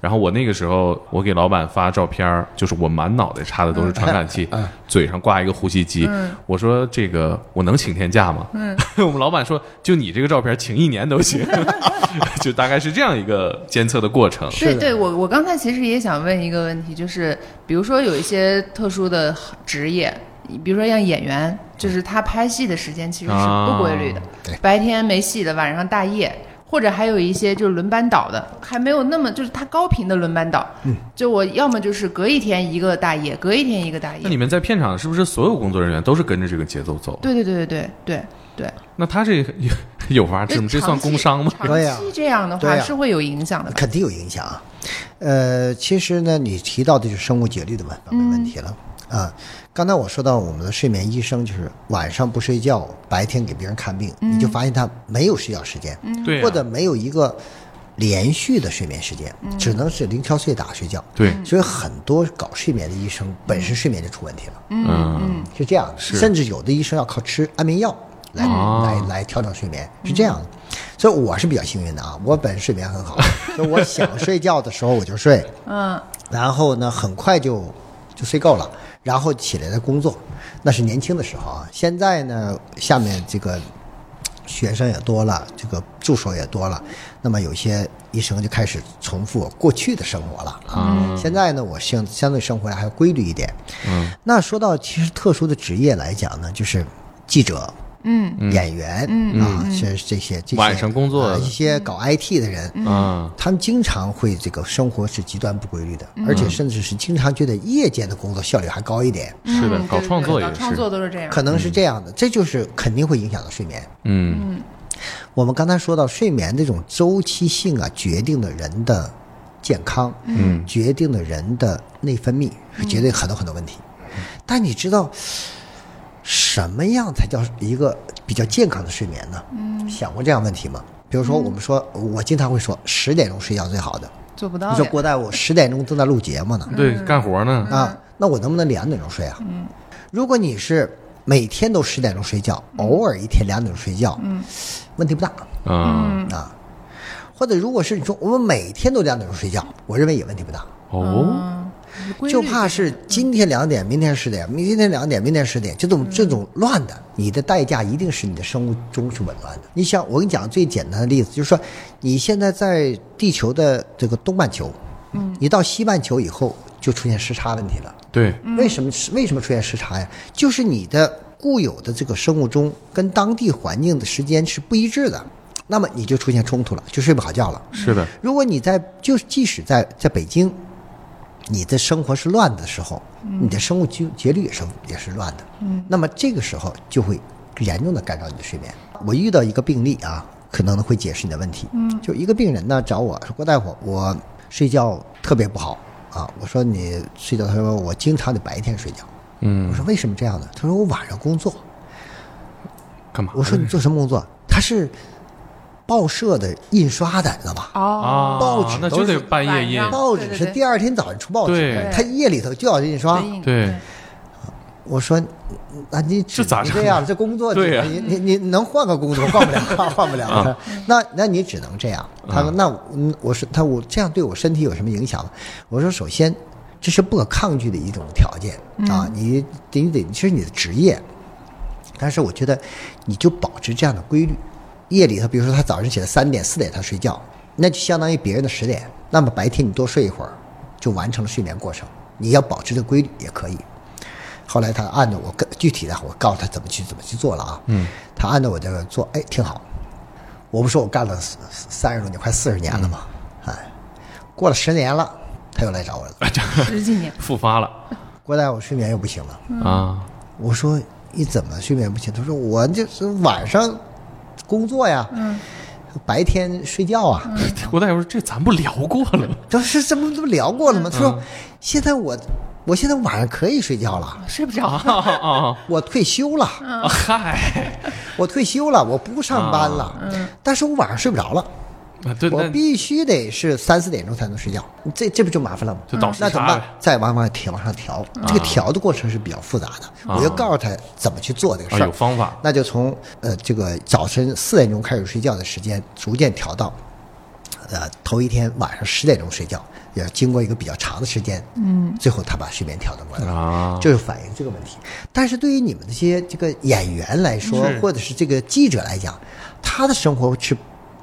Speaker 1: 然后我那个时候，我给老板发照片儿，就是我满脑袋插的都是传感器，
Speaker 3: 嗯哎
Speaker 1: 嘴上挂一个呼吸机。我说这个我能请天假吗？
Speaker 3: 嗯
Speaker 1: 我们老板说，就你这个照片，请一年都 行。就大概是这样一个监测的过程。
Speaker 3: 对对，我我刚才其实也想问一个问题，就是比如说有一些特殊的职业，比如说像演员，就是他拍戏的时间其实是不规律的，
Speaker 1: 啊
Speaker 2: 对
Speaker 3: 白天没戏的，晚上大夜。或者还有一些就是轮班倒的，还没有那么就是他高频的轮班倒，
Speaker 1: 嗯
Speaker 3: 就我要么就是隔一天一个大夜，隔一天一个大夜
Speaker 1: 那，你们在片场是不是所有工作人员都是跟着这个节奏走？
Speaker 3: 对对对对对对对，
Speaker 1: 那他这有法治吗？啊这算工伤吗？
Speaker 3: 长
Speaker 2: 对呀
Speaker 3: 期这样的话
Speaker 2: 对呀
Speaker 3: 是会有影响的吧。
Speaker 2: 肯定有影响啊。呃，其实呢，你提到的就是生物节律的问方面问题了、啊。刚才我说到我们的睡眠医生就是晚上不睡觉，白天给别人看病，你就发现他没有睡觉时间，
Speaker 1: 对啊
Speaker 2: 或者没有一个连续的睡眠时间，只能是零敲碎打睡觉。
Speaker 1: 嗯对，
Speaker 2: 所以很多搞睡眠的医生本身睡眠就出问题了，
Speaker 1: 嗯，
Speaker 2: 是这样的。
Speaker 1: 是
Speaker 2: 甚至有的医生要靠吃安眠药来、
Speaker 1: 哦嗯
Speaker 2: 来来调整睡眠，是这样的。所以我是比较幸运的啊，我本身睡眠很 好，所以我想睡觉的时候我就睡，
Speaker 3: 嗯，
Speaker 2: 然后呢很快就就睡够了，然后起来再工作，那是年轻的时候啊。现在呢，下面这个学生也多了，这个助手也多了，那么有些医生就开始重复过去的生活了
Speaker 1: 嗯
Speaker 2: 啊。现在呢，我相相对生活还要规律一点。嗯，那说到其实特殊的职业来讲呢，就是记者。嗯，演员啊，是这些这些
Speaker 1: 嗯晚上工作
Speaker 2: 啊
Speaker 1: 的嗯
Speaker 2: 一些搞 IT 的人，
Speaker 3: 嗯
Speaker 1: 啊，
Speaker 2: 他们经常会这个生活是极端不规律的，
Speaker 1: 嗯
Speaker 2: 而且甚至是经常觉得夜间的工作效率还高一点，
Speaker 1: 是的
Speaker 3: 嗯，
Speaker 1: 搞
Speaker 3: 对对
Speaker 1: 创
Speaker 3: 对
Speaker 1: 作
Speaker 3: 搞
Speaker 1: 也是
Speaker 3: 创作都是这样。
Speaker 2: 可能是这样的，这就是肯定会影响到睡眠。
Speaker 1: 嗯，
Speaker 2: 我们刚才说到睡眠这种周期性啊，决定了人的健康，
Speaker 1: 嗯，
Speaker 2: 决定了人的内分泌，是决定很多很多问题。但你知道什么样才叫一个比较健康的睡眠呢？嗯，想过这样问题吗？比如说，我们说，我经常会说，十点钟睡觉最好的。
Speaker 3: 做不到
Speaker 2: 你
Speaker 3: 呀。
Speaker 2: 说郭大夫，我十点钟正在录节目呢，
Speaker 3: 嗯
Speaker 1: 对，干活呢，
Speaker 2: 啊，那我能不能两点钟睡啊？如果你是每天都十点钟睡觉，偶尔一天两点钟睡觉，问题不大
Speaker 3: 嗯
Speaker 1: 啊，
Speaker 2: 啊。或者如果是你说我们每天都两点钟睡觉，我认为也问题不大，
Speaker 1: 哦，
Speaker 3: 嗯，规律嗯
Speaker 2: 就怕是今天两点，明天十点，明天两点，明天十点，这
Speaker 3: 嗯
Speaker 2: 种这种乱的，你的代价一定是你的生物钟是紊乱的。你想，我跟你讲最简单的例子，就是说你现在在地球的这个东半球，嗯，你到西半球以后就出现时差问题了。
Speaker 1: 对，
Speaker 3: 嗯
Speaker 2: 为什么为什么出现时差呀？就是你的固有的这个生物钟跟当地环境的时间是不一致的，那么你就出现冲突了，就睡不好觉了。
Speaker 1: 是的，
Speaker 2: 如果你在就即使在在北京，你的生活是乱的时候，你的生物节节律也是也是乱的。嗯，那么这个时候就会严重的干扰你的睡眠。我遇到一个病例啊，可能会解释你的问题。嗯，就一个病人呢找我说郭大夫，我睡觉特别不好啊。我说你睡觉，他说我经常得白天睡觉。
Speaker 1: 嗯，
Speaker 2: 我说为什么这样呢？他说我晚上工作。
Speaker 1: 干嘛呢？
Speaker 2: 我说你做什么工作？他是报社的印刷的，你知道吧？
Speaker 3: 哦，
Speaker 1: 啊，
Speaker 2: 报纸
Speaker 1: 那
Speaker 2: 都
Speaker 1: 就是得半夜印
Speaker 3: 晚，上
Speaker 2: 报纸是第二天早上出报
Speaker 1: 对
Speaker 2: 纸
Speaker 1: 对，
Speaker 2: 他夜里头就要印刷。
Speaker 3: 对
Speaker 1: 啊对，
Speaker 2: 我说，那你只
Speaker 1: 这咋
Speaker 2: 能
Speaker 1: 整
Speaker 2: 这样？这工作，
Speaker 1: 对呀啊
Speaker 2: 你你你你能换个工作， 换不了，换不了。那那你只能这样。他说，那我嗯我说他我这样对我身体有什么影响吗？我说，首先这是不可抗拒的一种条件啊，你得你得这是你的职业。但是我觉得你就保持这样的规律，夜里头，比如说他早上起来三点四点他睡觉，那就相当于别人的十点，那么白天你多睡一会儿，就完成了睡眠过程。你要保持这规律也可以。后来他按照我跟具体的我告诉他怎么去怎么去做了啊，嗯，他按照我这个做，哎，挺好。我不说我干了三十多年，快四十年了嘛，哎，过了十年了，他又来找我了。
Speaker 3: 十几年，
Speaker 1: 复发了
Speaker 2: 郭大夫，我睡眠又不行了。
Speaker 1: 啊，
Speaker 2: 我说你怎么睡眠不行？他说我就是晚上工作呀，白天睡觉啊。
Speaker 1: 郭大夫说这咱不聊过了吗？
Speaker 2: 当时这不这不聊过了吗？他说现在我我现在晚上可以睡觉了，
Speaker 3: 睡不着。
Speaker 1: 啊啊
Speaker 2: 我退休了，
Speaker 1: 啊！嗨，
Speaker 2: 我退休了，我不上班了，但是我晚上睡不着了。
Speaker 1: 啊对，
Speaker 2: 我
Speaker 1: 啊那
Speaker 2: 必须得是三四点钟才能睡觉，这这不就麻烦了吗？
Speaker 1: 就倒时
Speaker 2: 那怎么
Speaker 1: 差
Speaker 2: 办
Speaker 1: 呗？啊
Speaker 2: 再往往调往上调，这个调的过程是比较复杂的。我就告诉他怎么去做这个
Speaker 1: 啊
Speaker 2: 事儿，
Speaker 1: 有方法
Speaker 2: 那就从呃这个早晨四点钟开始睡觉的时间，逐渐调到呃头一天晚上十点钟睡觉，也经过一个比较长的时间，嗯，最后他把睡眠调整过来了。
Speaker 1: 啊，
Speaker 2: 就是反映这个问题。但是对于你们这些这个演员来说，
Speaker 1: 是
Speaker 2: 或者是这个记者来讲，他的生活是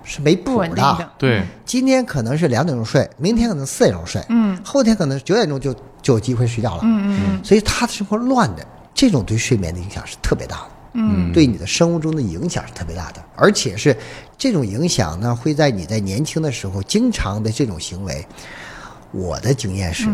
Speaker 2: 是没
Speaker 3: 不
Speaker 2: 谱
Speaker 3: 稳定的
Speaker 1: 对，
Speaker 2: 今天可能是两点钟睡，明天可能四点钟睡，嗯，后天可能九点钟就就有机会睡觉了，嗯嗯，所以他的生活乱的，这种对睡眠的影响是特别大的，嗯，对你的生物钟的影响是特别大的，而且是这种影响呢，会在你在年轻的时候经常的这种行为，我的经验是，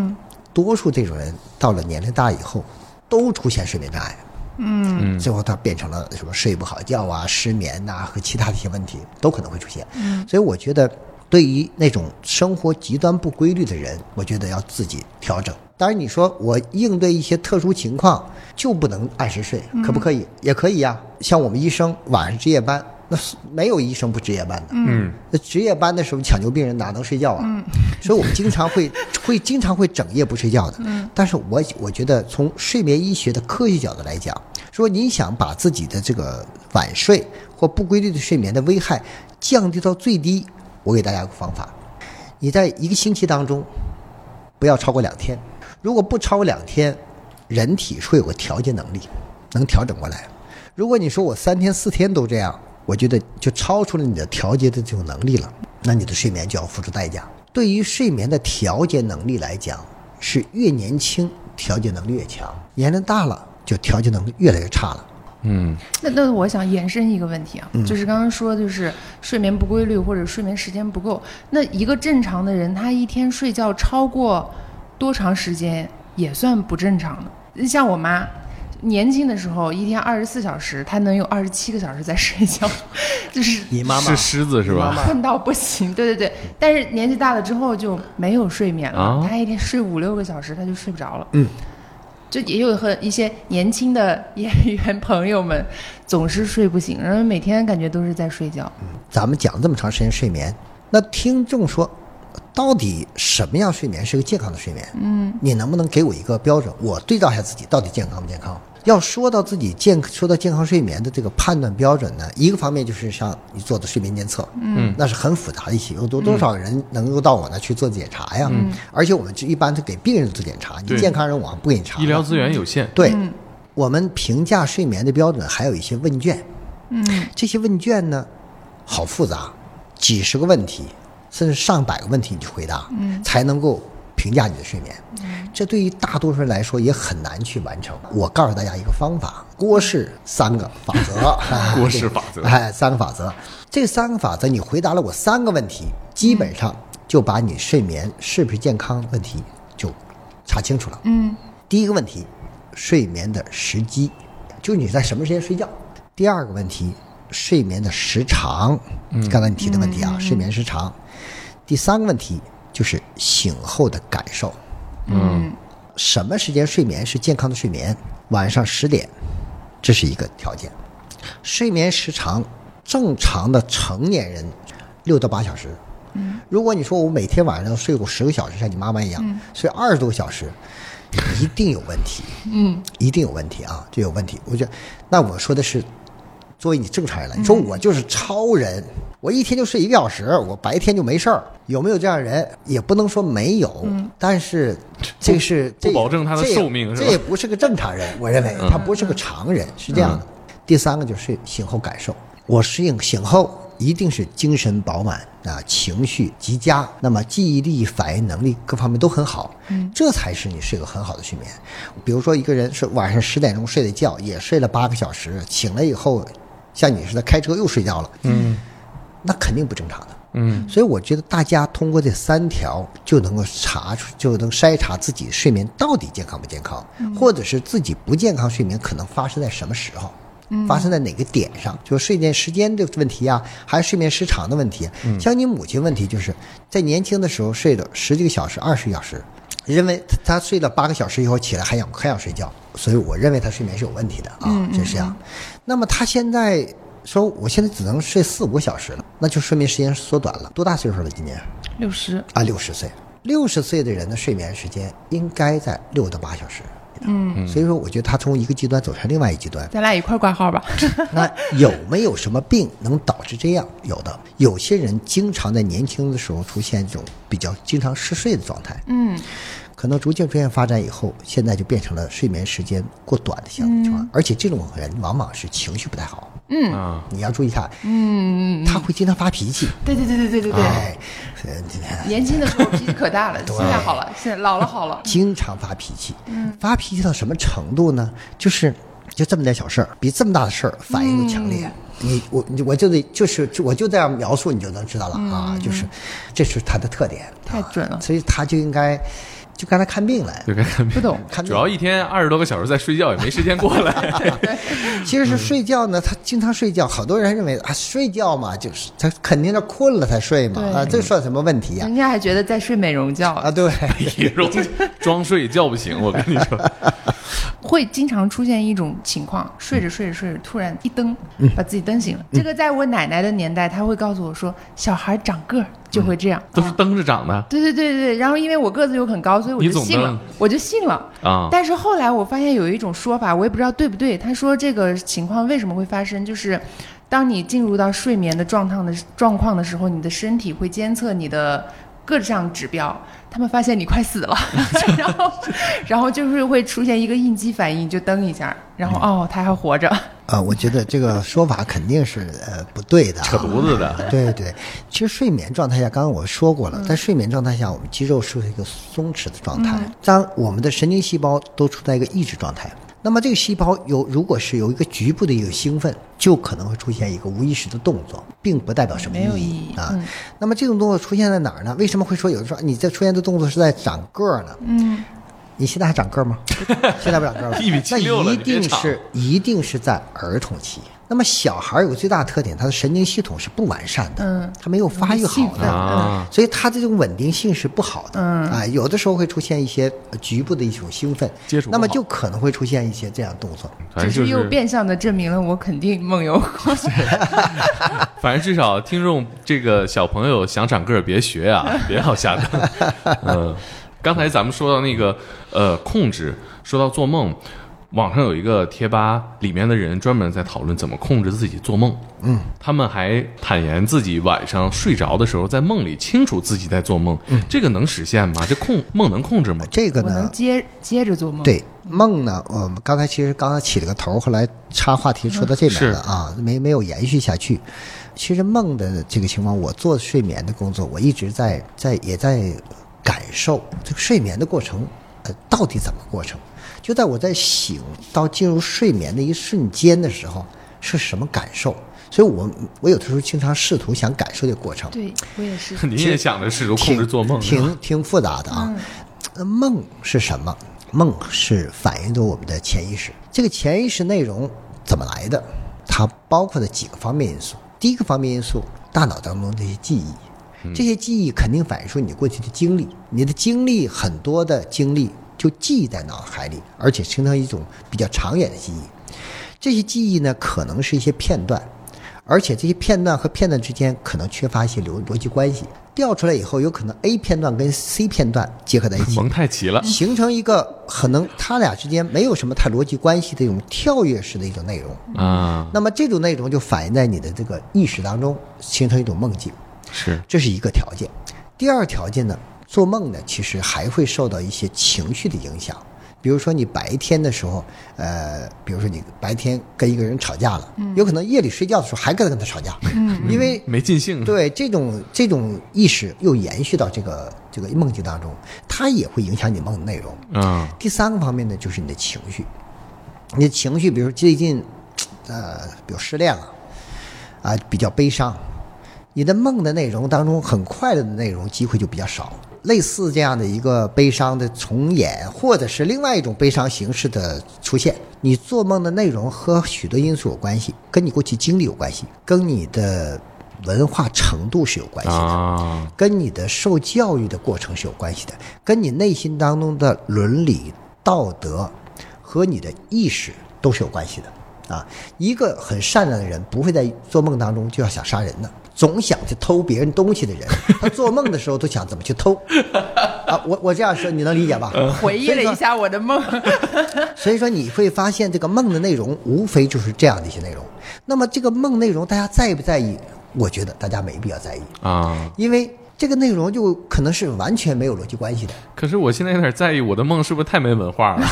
Speaker 2: 多数这种人到了年龄大以后，都出现睡眠障碍，嗯，最后他变成了什么睡不好觉啊、失眠呐、和其他的一些问题都可能会出现。嗯，所以我觉得对于那种生活极端不规律的人，我觉得要自己调整。当然，你说我应对一些特殊情况就不能按时睡，可不可以？也可以呀、啊像我们医生晚上值夜班，那是没有医生不值夜班的。
Speaker 1: 嗯，
Speaker 2: 那值夜班的时候抢救病人哪能睡觉啊？所以我们经常会会经常会整夜不睡觉的。但是我我觉得从睡眠医学的科学角度来讲，说你想把自己的这个晚睡或不规律的睡眠的危害降低到最低，我给大家一个方法，你在一个星期当中不要超过两天，如果不超过两天，人体是会有个调节能力，能调整过来。如果你说我三天四天都这样，我觉得就超出了你的调节的这种能力了，那你的睡眠就要付出代价。对于睡眠的调节能力来讲，是越年轻调节能力越强，年龄大了就调节能力越来越差了。
Speaker 1: 嗯，
Speaker 3: 那那我想延伸一个问题啊，
Speaker 2: 嗯
Speaker 3: 就是刚刚说就是睡眠不规律或者睡眠时间不够，那一个正常的人他一天睡觉超过多长时间也算不正常的？像我妈。年轻的时候，一天二十四小时，她能有二十七个小时在睡觉， 就是
Speaker 2: 你妈
Speaker 1: 是狮子是吧？
Speaker 3: 困到不行。对对对，但是年纪大了之后就没有睡眠了，
Speaker 1: 啊
Speaker 3: 他一天睡五六个小时，他就睡不着了。嗯，就也有和一些年轻的演员朋友们总是睡不醒，然后每天感觉都是在睡觉。
Speaker 2: 咱们讲这么长时间睡眠，那听众说，到底什么样睡眠是个健康的睡眠？嗯，你能不能给我一个标准？我对照一下自己到底健康不健康？要说到自己健，说到健康睡眠的这个判断标准呢，一个方面就是像你做的睡眠监测，嗯，那是很复杂的一些，有多多少人能够到我那去做检查呀？嗯，而且我们一般都给病人做检查，你
Speaker 1: 对
Speaker 2: 健康人我不给你查的，
Speaker 1: 医疗资源有限，，
Speaker 2: 对，我们评价睡眠的标准还有一些问卷，嗯，这些问卷呢，好复杂，几十个问题，甚至上百个问题你去回答，嗯，才能够评价你的睡眠。这对于大多数人来说也很难去完成。我告诉大家一个方法，郭氏三个法则
Speaker 1: 郭氏法则
Speaker 2: 哎，三个法则，这三个法则你回答了我三个问题，基本上就把你睡眠是不是健康问题就查清楚了。嗯，第一个问题，睡眠的时机，就是你在什么时间睡觉。第二个问题，睡眠的时长，刚才你提的问题啊，睡眠时长。第三个问题就是醒后的感受，
Speaker 1: 嗯
Speaker 2: 什么时间睡眠是健康的睡眠？晚上十点，这是一个条件。睡眠时长，正常的成年人六到八小时。如果你说我每天晚上睡过十个小时，像你妈妈一样、睡二十多个小时，一定有问题。嗯，一定有问题啊，就有问题。我觉得，那我说的是，作为你正常人来说，我就是超人，我一天就睡一个小时，我白天就没事儿。有没有这样的人？也不能说没有，但是这是
Speaker 1: 不
Speaker 2: 这
Speaker 1: 保证他的
Speaker 2: 这
Speaker 1: 寿命是吧
Speaker 2: 嗯这也不是个正常人，我认为他不是个常人，是这样的。第三个就是醒后感受。我适应醒后一定是精神饱满啊，情绪极佳，那么记忆力、反应能力各方面都很好，嗯，这才是你是一个很好的睡眠。比如说一个人是晚上十点钟睡的觉，也睡了八个小时，醒了以后，像你似的开车又睡觉了，嗯，那肯定不正常的。
Speaker 4: 嗯，
Speaker 2: 所以我觉得大家通过这三条就能够查出，就能筛查自己睡眠到底健康不健康，或者是自己不健康睡眠可能发生在什么时候。发生在哪个点上？就是睡眠时间的问题呀、还是睡眠时长的问题、啊像你母亲问题，就是在年轻的时候睡了十几个小时、二十个小时，认为她她睡了八个小时以后起来还想还想睡觉，所以我认为她睡眠是有问题的啊，这是这样。那么她现在说我现在只能睡四五个小时了，那就睡眠时间缩短了。多大岁数了？今年
Speaker 3: 六十，
Speaker 2: 啊，六十岁，六十岁的人的睡眠时间应该在六到八小时。嗯，所以说我觉得他从一个极端走向另外一极端。
Speaker 3: 咱俩一块儿挂号吧。
Speaker 2: 那有没有什么病能导致这样？有的，有些人经常在年轻的时候出现这种比较经常嗜睡的状态，
Speaker 3: 嗯，
Speaker 2: 可能逐渐逐渐发展以后，现在就变成了睡眠时间过短的相情况，而且这种人往往是情绪不太好，
Speaker 1: 嗯
Speaker 4: 啊，
Speaker 2: 你要注意看，嗯，他会经常发脾气，
Speaker 3: 对对对对对对对。
Speaker 2: 哎，呃今天
Speaker 3: 年轻的时候脾气可大了，现在好了，现在老了好了。
Speaker 2: 经常发脾气，发脾气到什么程度呢？就是就这么点小事儿，比这么大的事儿反应都强烈。你我你我就得就是我就这样描述，你就能知道了啊，就是这是他的特点，
Speaker 3: 太准了
Speaker 2: 啊所以他就应该就该来看病来。
Speaker 1: 就该看
Speaker 3: 不
Speaker 1: 病。
Speaker 3: 懂，
Speaker 2: 看
Speaker 1: 主
Speaker 2: 病
Speaker 1: 要一天二十多个小时在睡觉，也没时间过 来。
Speaker 2: 其
Speaker 1: 嗯
Speaker 2: 实是睡觉呢，他经常睡觉，好多人认为啊睡觉嘛，就是他肯定是困了才睡嘛
Speaker 3: 对
Speaker 2: 啊，这算什么问题呀？
Speaker 3: 人家还觉得在睡美容
Speaker 2: 啊，
Speaker 3: 觉，
Speaker 2: 对，
Speaker 1: 也容易装睡叫不醒，我跟你说，
Speaker 3: 会经常出现一种情况，睡
Speaker 1: 嗯
Speaker 3: 着睡着睡着，突然一蹬，把自己蹬醒了。这个在我奶奶的年代，她会告诉我说，小孩长个儿就会这样。
Speaker 1: 嗯
Speaker 3: 啊
Speaker 1: 都是蹬着长的
Speaker 3: 对对对对，然后因为我个子又很高，所以我
Speaker 1: 你
Speaker 3: 就
Speaker 1: 总
Speaker 3: 信了
Speaker 1: 蹬，
Speaker 3: 我就信了。
Speaker 1: 啊。
Speaker 3: 但是后来我发现有一种说法，我也不知道对不对。他说这个情况为什么会发生，就是当你进入到睡眠的状况的状况的时候，你的身体会监测你的各项指标。他们发现你快死 了，然后，然后就是会出现一个应激反应，就蹬一下，然后哦，他还活着，
Speaker 2: 啊，我觉得这个说法肯定是呃不对的啊，
Speaker 1: 扯犊子的，
Speaker 2: 对对，其实睡眠状态下，刚刚我说过
Speaker 3: 嗯
Speaker 2: 了，在睡眠状态下，我们肌肉是一个松弛的状态，
Speaker 3: 嗯
Speaker 2: 当我们的神经细胞都处在一个抑制状态。那么这个细胞有，如果是有一个局部的一个兴奋，就可能会出现一个无意识的动作，并不代表什么
Speaker 3: 没有
Speaker 2: 意
Speaker 3: 意义嗯
Speaker 2: 啊。那么这种动作出现在哪儿呢？为什么会说有人说你这出现的动作是在长个儿呢？嗯，你现在还长个儿 吗？现在不长个儿 了，
Speaker 1: 一米七六
Speaker 2: 那
Speaker 1: 了
Speaker 2: 一
Speaker 1: 你别
Speaker 2: 定
Speaker 1: 长
Speaker 2: 是一定是在儿童期。那么小孩儿有个最大特点，他的神经系统是不完善的，
Speaker 3: 嗯
Speaker 2: 他没有发育好
Speaker 3: 嗯
Speaker 2: 的，
Speaker 1: 啊
Speaker 2: 所以他这种稳定性是不好的，
Speaker 3: 嗯
Speaker 2: 啊，有的时候会出现一些呃局部的一种兴奋
Speaker 1: 接触不好
Speaker 2: 那么就可能会出现一些这样的动作。
Speaker 1: 反
Speaker 3: 只
Speaker 1: 正就是
Speaker 3: 又
Speaker 1: 是，
Speaker 3: 变相的证明了我肯定梦游过。
Speaker 1: 反正至少听众这个小朋友想长个儿别学啊，别老瞎整。嗯，刚才咱们说到那个呃控制，说到做梦，网上有一个贴吧，里面的人专门在讨论怎么控制自己做梦。嗯，他们还坦言自己晚上睡着的时候在梦里清楚自己在做梦，
Speaker 2: 嗯
Speaker 1: 这个能实现吗？这控梦能控制吗？
Speaker 2: 呃这个
Speaker 3: 我能
Speaker 2: 呢，
Speaker 3: 接接着
Speaker 1: 嗯
Speaker 3: 做梦，，
Speaker 2: 对梦呢，我们刚才其实刚刚起了个头，后来插话题说到这边了啊，没没有延续下去。其实梦的这个情况，我做睡眠的工作，我一直在在也在感受这个睡眠的过程，呃，到底怎么过程？就在我在醒到进入睡眠的一瞬间的时候，是什么感受？所以我我有的时候经常试图想感受这个过程，
Speaker 3: 对我也是，
Speaker 1: 你也想着试图控
Speaker 2: 挺
Speaker 1: 制做梦，
Speaker 2: 挺挺复杂的
Speaker 3: 嗯
Speaker 2: 啊。呃梦是什么？梦是反映着我们的潜意识。这个潜意识内容怎么来的？它包括的几个方面因素。第一个方面因素，大脑当中的一些记忆。这些记忆肯定反映出你过去的经历，你的经历很多的经历就记忆在脑海里，而且形成一种比较长远的记忆。这些记忆呢，可能是一些片段，而且这些片段和片段之间可能缺乏一些逻逻辑关系。调出来以后，有可能 A 片段跟 C 片段结合在一起，
Speaker 1: 蒙太奇了。
Speaker 2: 形成一个可能它俩之间没有什么太逻辑关系的一种跳跃式的一种内容。
Speaker 1: 啊，
Speaker 2: 那么这种内容就反映在你的这个意识当中，形成一种梦境。
Speaker 1: 是
Speaker 2: 这是一个条件。第二条件呢，做梦呢，其实还会受到一些情绪的影响。比如说你白天的时候，呃，比如说你白天跟一个人吵架了，有可能夜里睡觉的时候还跟他跟他吵架，因为
Speaker 1: 没尽兴。
Speaker 2: 对这种这种意识又延续到这个这个梦境当中，它也会影响你梦的内容。
Speaker 1: 嗯
Speaker 2: 第三个方面呢，就是你的情绪，你的情绪，比如说最近，呃，比如失恋了，啊、比较悲伤，你的梦的内容当中很快乐的内容机会就比较少。类似这样的一个悲伤的重演，或者是另外一种悲伤形式的出现，你做梦的内容和许多因素有关系，跟你过去经历有关系，跟你的文化程度是有关系的。
Speaker 1: 啊，
Speaker 2: 跟你的受教育的过程是有关系的，跟你内心当中的伦理、道德和你的意识都是有关系的啊。一个很善良的人，不会在做梦当中就要想杀人的，总想去偷别人东西的人，他做梦的时候都想怎么去偷啊。我我这样说，你能理解吧？
Speaker 3: 回忆了一下我的梦，
Speaker 2: 所以说你会发现这个梦的内容无非就是这样的一些内容。那么这个梦内容大家在不在意？我觉得大家没必要在意。
Speaker 1: 啊！
Speaker 2: 因为这个内容就可能是完全没有逻辑关系的。
Speaker 1: 可是我现在有点在意我的梦是不是太没文化了，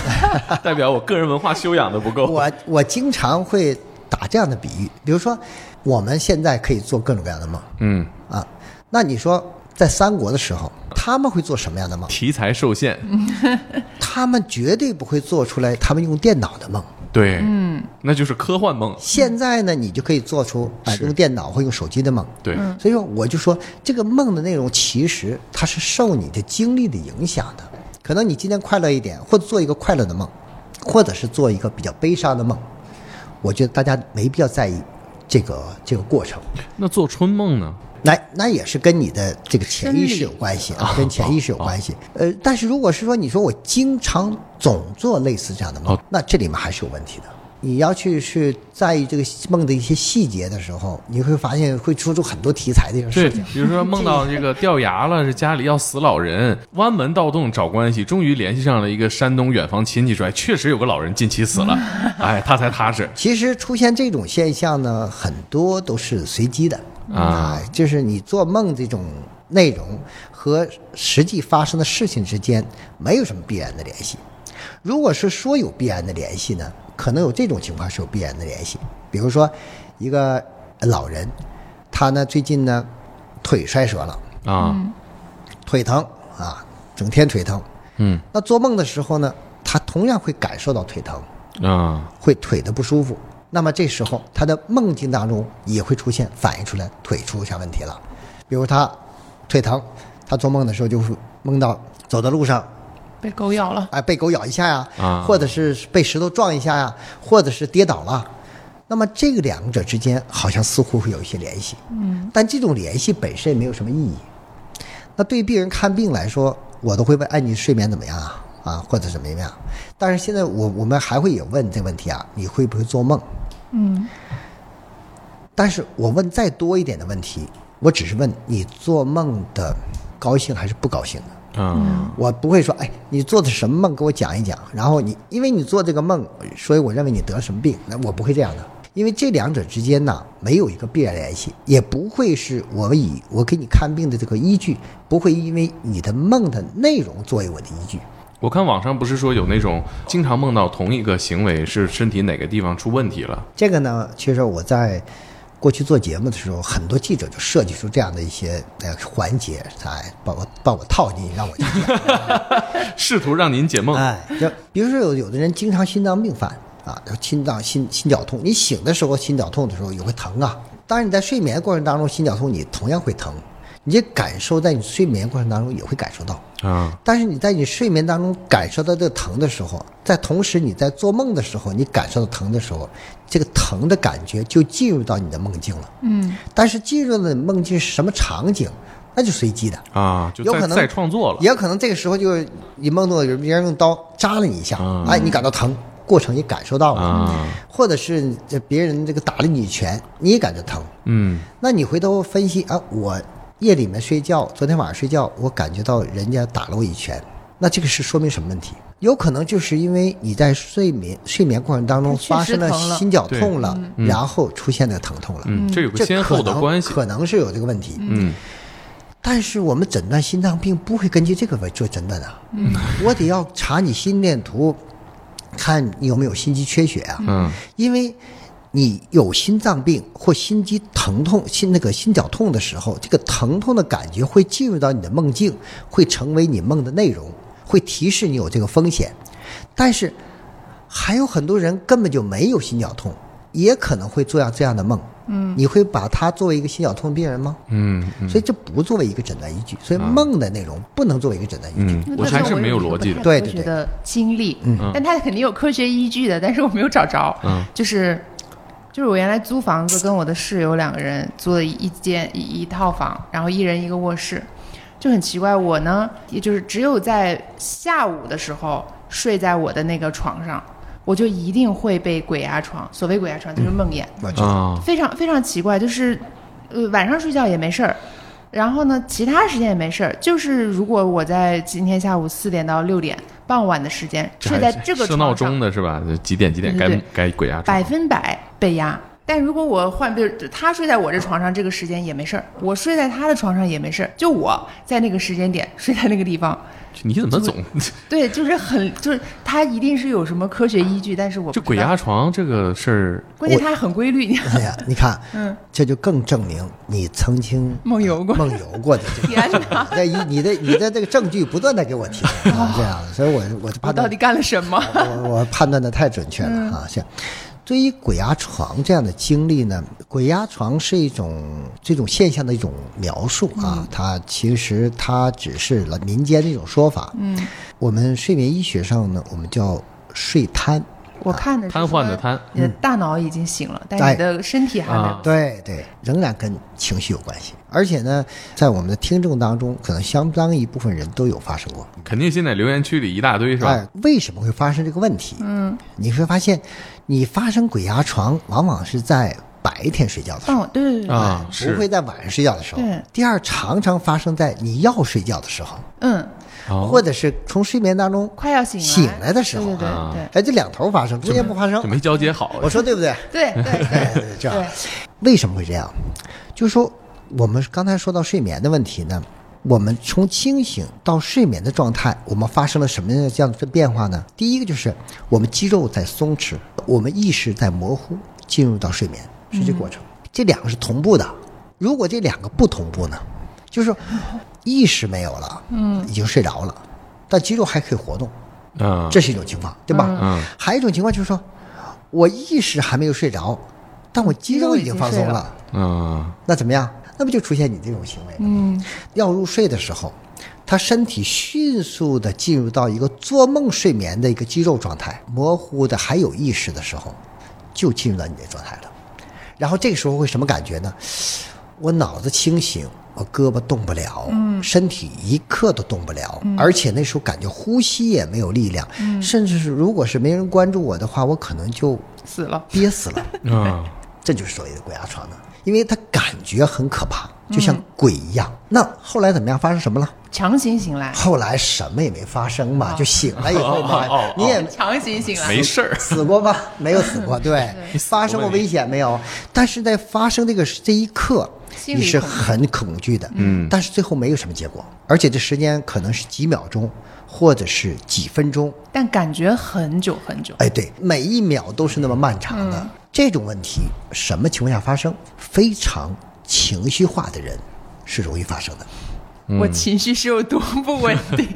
Speaker 1: 代表我个人文化修养的不够。
Speaker 2: 我我经常会打这样的比喻，比如说我们现在可以做各种各样的梦
Speaker 1: 嗯，
Speaker 2: 啊，那你说在三国的时候，他们会做什么样的梦？
Speaker 1: 题材受限，
Speaker 2: 他们绝对不会做出来他们用电脑的梦。
Speaker 1: 对，嗯，那就是科幻梦，
Speaker 2: 现在呢，你就可以做出啊、
Speaker 1: 是
Speaker 2: 用电脑或用手机的梦。
Speaker 1: 对，
Speaker 2: 所以说，我就说这个梦的内容其实它是受你的经历的影响的。可能你今天快乐一点，或者做一个快乐的梦，或者是做一个比较悲伤的梦。我觉得大家没必要在意这个这个过程，
Speaker 1: 那做春梦呢？
Speaker 2: 那那也是跟你的这个潜意识有关系啊，跟潜意识有关系。呃，但是如果是说你说我经常总做类似这样的梦
Speaker 1: 哦，
Speaker 2: 那这里面还是有问题的。你要去是在意这个梦的一些细节的时候，你会发现会说出很多题材的一种
Speaker 1: 对，
Speaker 2: 事情。
Speaker 1: 比如说梦到这个掉牙了，是家里要死老人，弯门盗洞找关系，终于联系上了一个山东远房亲戚，说哎确实有个老人近期死了，哎，他才踏实。
Speaker 2: 其实出现这种现象呢，很多都是随机的哎
Speaker 1: 啊，
Speaker 2: 就是你做梦这种内容和实际发生的事情之间没有什么必然的联系。如果是说有必然的联系呢，可能有这种情况是有必然的联系，比如说一个老人，他呢最近呢腿摔折了，
Speaker 1: 啊，
Speaker 2: 腿疼啊，整天腿疼。
Speaker 1: 嗯，
Speaker 2: 那做梦的时候呢，他同样会感受到腿疼。
Speaker 1: 啊，
Speaker 2: 会腿的不舒服。那么这时候他的梦境当中也会出现反映出来腿出现问题了，比如他腿疼，他做梦的时候就会梦到走在路上，
Speaker 3: 被狗咬了。
Speaker 2: 哎，被狗咬一下呀，
Speaker 1: 啊
Speaker 2: 或者是被石头撞一下呀，或者是跌倒了。那么这个两者之间好像似乎会有一些联系，嗯，但这种联系本身也没有什么意义。那对于病人看病来说，我都会问：哎，你睡眠怎么样啊？啊，或者怎么样？但是现在我我们还会有问这个问题啊，你会不会做梦？嗯。但是我问再多一点的问题，我只是问你做梦的高兴还是不高兴的。
Speaker 1: 啊，
Speaker 2: 我不会说，哎，你做的什么梦，给我讲一讲。然后你，因为你做这个梦，所以我认为你得了什么病。那我不会这样的，因为这两者之间呢，没有一个必然联系，也不会是我以我给你看病的这个依据，不会因为你的梦的内容作为我的依据。
Speaker 1: 我看网上不是说有那种经常梦到同一个行为是身体哪个地方出问题了，
Speaker 2: 这个呢，其实我在过去做节目的时候，很多记者就设计出这样的一些呃环节，哎，把我把我套进去，让我去
Speaker 1: 试图让您解梦。
Speaker 2: 哎，就比如说有有的人经常心脏病犯啊，就心脏心心绞痛，你醒的时候心绞痛的时候也会疼啊。当然你在睡眠过程当中心绞痛，你同样会疼，你这感受在你睡眠过程当中也会感受到。
Speaker 1: 啊，
Speaker 2: 但是你在你睡眠当中感受到这个疼的时候，在同时你在做梦的时候，你感受到疼的时候，这个疼的感觉就进入到你的梦境了。嗯，但是进入了你梦境是什么场景，那就随机的。
Speaker 1: 啊，就
Speaker 2: 有
Speaker 1: 再
Speaker 2: 可能
Speaker 1: 再创作了。
Speaker 2: 也有可能这个时候就是你梦到有别人用刀扎了你一下，
Speaker 1: 啊
Speaker 2: 哎，你感到疼，过程也感受到了，
Speaker 1: 啊
Speaker 2: 或者是这别人这个打了你一拳，你也感觉疼。
Speaker 1: 嗯，
Speaker 2: 那你回头分析啊，我夜里面睡觉，昨天晚上睡觉，我感觉到人家打了我一拳，那这个是说明什么问题？有可能就是因为你在睡眠睡眠过程当中
Speaker 3: 确实
Speaker 2: 发生了
Speaker 3: 疼了
Speaker 2: 心绞痛了，
Speaker 1: 嗯
Speaker 2: 然后出现的疼痛了。
Speaker 1: 嗯，这有个
Speaker 2: 这
Speaker 1: 先
Speaker 2: 可
Speaker 1: 后的
Speaker 2: 能
Speaker 1: 关系。
Speaker 3: 嗯
Speaker 2: 可能是有这个问题。
Speaker 1: 嗯
Speaker 2: 但是我们诊断心脏病不会根据这个来做诊断的，嗯，我得要查你心电图，看你有没有心肌缺血啊，
Speaker 1: 嗯，
Speaker 2: 因为你有心脏病或心肌疼痛、心那个心绞痛的时候，这个疼痛的感觉会进入到你的梦境，会成为你梦的内容，会提示你有这个风险。但是还有很多人根本就没有心绞痛，也可能会做样这样的梦。嗯，你会把它作为一个心绞痛病人吗？
Speaker 1: 嗯嗯
Speaker 2: 所以这不作为一个诊断依据，所以梦的内容不能作为一个诊断依据。
Speaker 1: 嗯，我还是没有逻辑的。
Speaker 2: 对对嗯
Speaker 3: 科
Speaker 2: 对
Speaker 3: 学的经历，但它肯定有科学依据的，但是我没有找着。
Speaker 1: 嗯
Speaker 3: 就是就是我原来租房子，跟我的室友两个人租了一间一一套房，然后一人一个卧室，就很奇怪。我呢，也就是只有在下午的时候睡在我的那个床上，我就一定会被鬼压床。所谓鬼压
Speaker 2: 嗯
Speaker 3: 床，就是梦魇。
Speaker 2: 我觉得
Speaker 1: 啊，
Speaker 3: 非常非常奇怪，就是呃晚上睡觉也没事儿，然后呢其他时间也没事儿，就是如果我在今天下午四点到六点傍晚的时间睡在这个
Speaker 1: 设
Speaker 3: 床
Speaker 1: 闹
Speaker 3: 上
Speaker 1: 钟的是吧？就几点几点该
Speaker 3: 对对对
Speaker 1: 该鬼压床
Speaker 3: 百？分百被压。但如果我换，比如他睡在我这床上，这个时间也没事儿；我睡在他的床上也没事儿。就我在那个时间点睡在那个地方，
Speaker 1: 你怎么总
Speaker 3: 对，就是很就是他一定是有什么科学依据，但是我不
Speaker 1: 这
Speaker 3: 知
Speaker 1: 鬼
Speaker 3: 道
Speaker 1: 压，床这个事儿？
Speaker 3: 关键他很规律，你
Speaker 2: 哎呀，你看，
Speaker 3: 嗯，
Speaker 2: 这就更证明你曾经
Speaker 3: 梦游过
Speaker 2: 梦游过的这 个。
Speaker 3: 天哪，
Speaker 2: 那一你的你的这个证据不断的给我提供，啊这样，所以我我就
Speaker 3: 我
Speaker 2: 判
Speaker 3: 到
Speaker 2: 断
Speaker 3: 底干了什么？
Speaker 2: 我 我判断的太准确了啊！是，对于鬼压床这样的经历呢，鬼压床是一种这种现象的一种描述啊，它其实它只是了民间的一种说法。嗯，我们睡眠医学上呢，我们叫睡瘫。
Speaker 3: 我看的是
Speaker 1: 瘫痪的
Speaker 3: 说
Speaker 1: 瘫
Speaker 3: 你的呃大脑已经醒了，但是
Speaker 2: 嗯哎
Speaker 3: 你的身体还没
Speaker 1: 啊
Speaker 3: 有。
Speaker 2: 对对，仍然跟情绪有关系，而且呢，在我们的听众当中，可能相当一部分人都有发生过。
Speaker 1: 肯定现在留言区里一大堆是吧
Speaker 2: 哎？，为什么会发生这个问题？嗯，你会发现，你发生鬼压床，往往是在白天睡觉的时候，
Speaker 3: 哦，对对对，对
Speaker 1: 啊，
Speaker 2: 哎不会
Speaker 1: 是
Speaker 2: 在晚上睡觉的时候
Speaker 3: 对。
Speaker 2: 第二，常常发生在你要睡觉的时候，
Speaker 3: 嗯，
Speaker 1: 哦
Speaker 2: 或者是从睡眠当中
Speaker 3: 快要醒来
Speaker 2: 醒来的时候
Speaker 3: 对对
Speaker 1: 啊
Speaker 3: 对
Speaker 2: 哎，这两头发生，中间不发生
Speaker 1: 就。没交接好
Speaker 2: 我。说对 不对？
Speaker 3: 对对对对
Speaker 2: 哎， 这样
Speaker 3: 对，
Speaker 2: 为什么会这样？就是说，我们刚才说到睡眠的问题呢，我们从清醒到睡眠的状态，我们发生了什么样的变化呢？第一个就是我们肌肉在松弛，我们意识在模糊，进入到睡眠是这过程。这两个是同步的，如果这两个不同步呢，就是说意识没有了，嗯，已经睡着了，但肌肉还可以活动，
Speaker 1: 嗯，
Speaker 2: 这是一种情况，对吧？
Speaker 1: 嗯
Speaker 2: 还有一种情况就是说，我意识还没有睡着，但我肌肉已经放松
Speaker 3: 肌肉已
Speaker 2: 了
Speaker 3: 经睡了，
Speaker 1: 嗯
Speaker 2: 那怎么样？那不就出现你这种行为了？嗯，要入睡的时候，他身体迅速的进入到一个做梦睡眠的一个肌肉状态，模糊的还有意识的时候，就进入到你的状态了。然后这个时候会什么感觉呢？我脑子清醒，我胳膊动不了，身体一刻都动不了，而且那时候感觉呼吸也没有力量，甚至是如果是没人关注我的话，我可能就
Speaker 3: 死了。
Speaker 2: 憋死了。
Speaker 1: 嗯，
Speaker 2: 这就是所谓的鬼压床呢，因为他感觉很可怕，就像鬼一样。那后来怎么样？发生什么了？
Speaker 3: 强行醒来，
Speaker 2: 后来什么也没发生嘛，就醒了以后嘛，
Speaker 1: 哦哦哦
Speaker 2: 你也
Speaker 3: 强行醒来，
Speaker 1: 没事儿。
Speaker 2: 死过吗？没有死过，对，发生过危险没有？但是在发生这个这一刻，
Speaker 3: 心里
Speaker 2: 你是
Speaker 3: 恐惧
Speaker 2: 很恐惧的，嗯，但是最后没有什么结果，而且这时间可能是几秒钟，或者是几分钟，
Speaker 3: 但感觉很久很久。
Speaker 2: 哎，对，每一秒都是那么漫长
Speaker 3: 嗯
Speaker 2: 的。这种问题什么情况下发生？非常情绪化的人是容易发生的，
Speaker 1: 嗯
Speaker 3: 我情绪是有多不稳 定？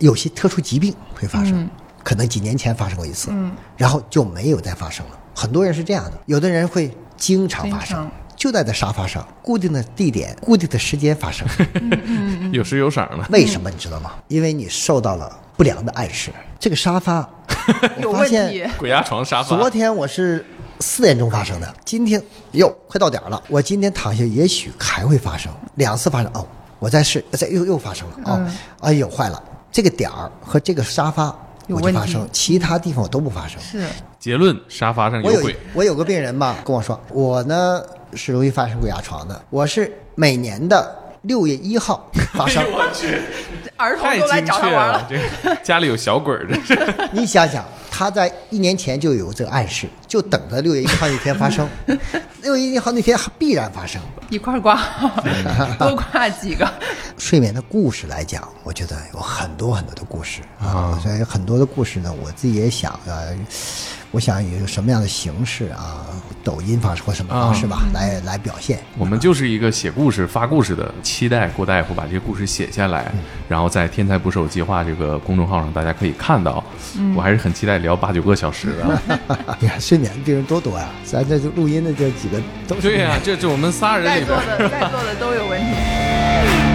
Speaker 2: 有些特殊疾病会发
Speaker 3: 嗯
Speaker 2: 生，可能几年前发生过一次，然后就没有再发生了。很多人是这样的，有的人会经常发
Speaker 3: 经
Speaker 2: 生
Speaker 3: 常。
Speaker 2: 就在这沙发上，固定的地点、固定的时间发 生，
Speaker 1: 有时有赏的。
Speaker 2: 为什么你知道吗？因为你受到了不良的暗示。这个沙 发，
Speaker 3: 有
Speaker 2: 我发
Speaker 3: 问
Speaker 2: 现
Speaker 3: 题，
Speaker 1: 鬼压床沙发
Speaker 2: 昨，天我是四点钟发生的，今天哟快到点儿了，我今天躺下也许还会发生两次发生哦，我再试再又又发生了哦，
Speaker 3: 嗯
Speaker 2: 哎呦坏了，这个点儿和这个沙发
Speaker 3: 有
Speaker 2: 我就
Speaker 3: 问
Speaker 2: 发
Speaker 3: 题
Speaker 2: 生，其他地方我都不发生。
Speaker 3: 是
Speaker 1: 结论沙发上嗯
Speaker 2: 我
Speaker 1: 有
Speaker 2: 有一
Speaker 1: 鬼。
Speaker 2: 我有个病人吧，跟我说我呢是容易发生鬼压床的，我是每年的六月一 号发生。
Speaker 1: 哎我去，
Speaker 3: 儿童
Speaker 1: 太
Speaker 3: 都来
Speaker 1: 精
Speaker 3: 找
Speaker 1: 确
Speaker 3: 他玩
Speaker 1: 了
Speaker 3: 了，。
Speaker 1: 这个家里有小鬼儿，这是
Speaker 2: 你想想，他在一年前就有这个暗示，就等着六月一号那天 发生。六月一号那天必然发生。
Speaker 3: 一块儿挂， 多挂几个。
Speaker 2: 睡眠的故事来讲，我觉得有很多很多的故事啊，所以有很多的故事呢，我自己也想呃，我想有什么样的形式啊，抖音方式或什么方式吧，来来表现。
Speaker 1: 我们就是一个写故事、发故事的，期待郭大夫把这些故事写下来，然后在“天才捕手计划”这个公众号上大家可以看到。我还是很期待聊八九个小时啊 的。
Speaker 2: 你看 睡眠病人多多呀、咱这就录音的这几个都是
Speaker 1: 对呀、这这我们仨人
Speaker 3: 在
Speaker 1: 里
Speaker 3: 座
Speaker 1: 边，
Speaker 3: 的在座的都有问题。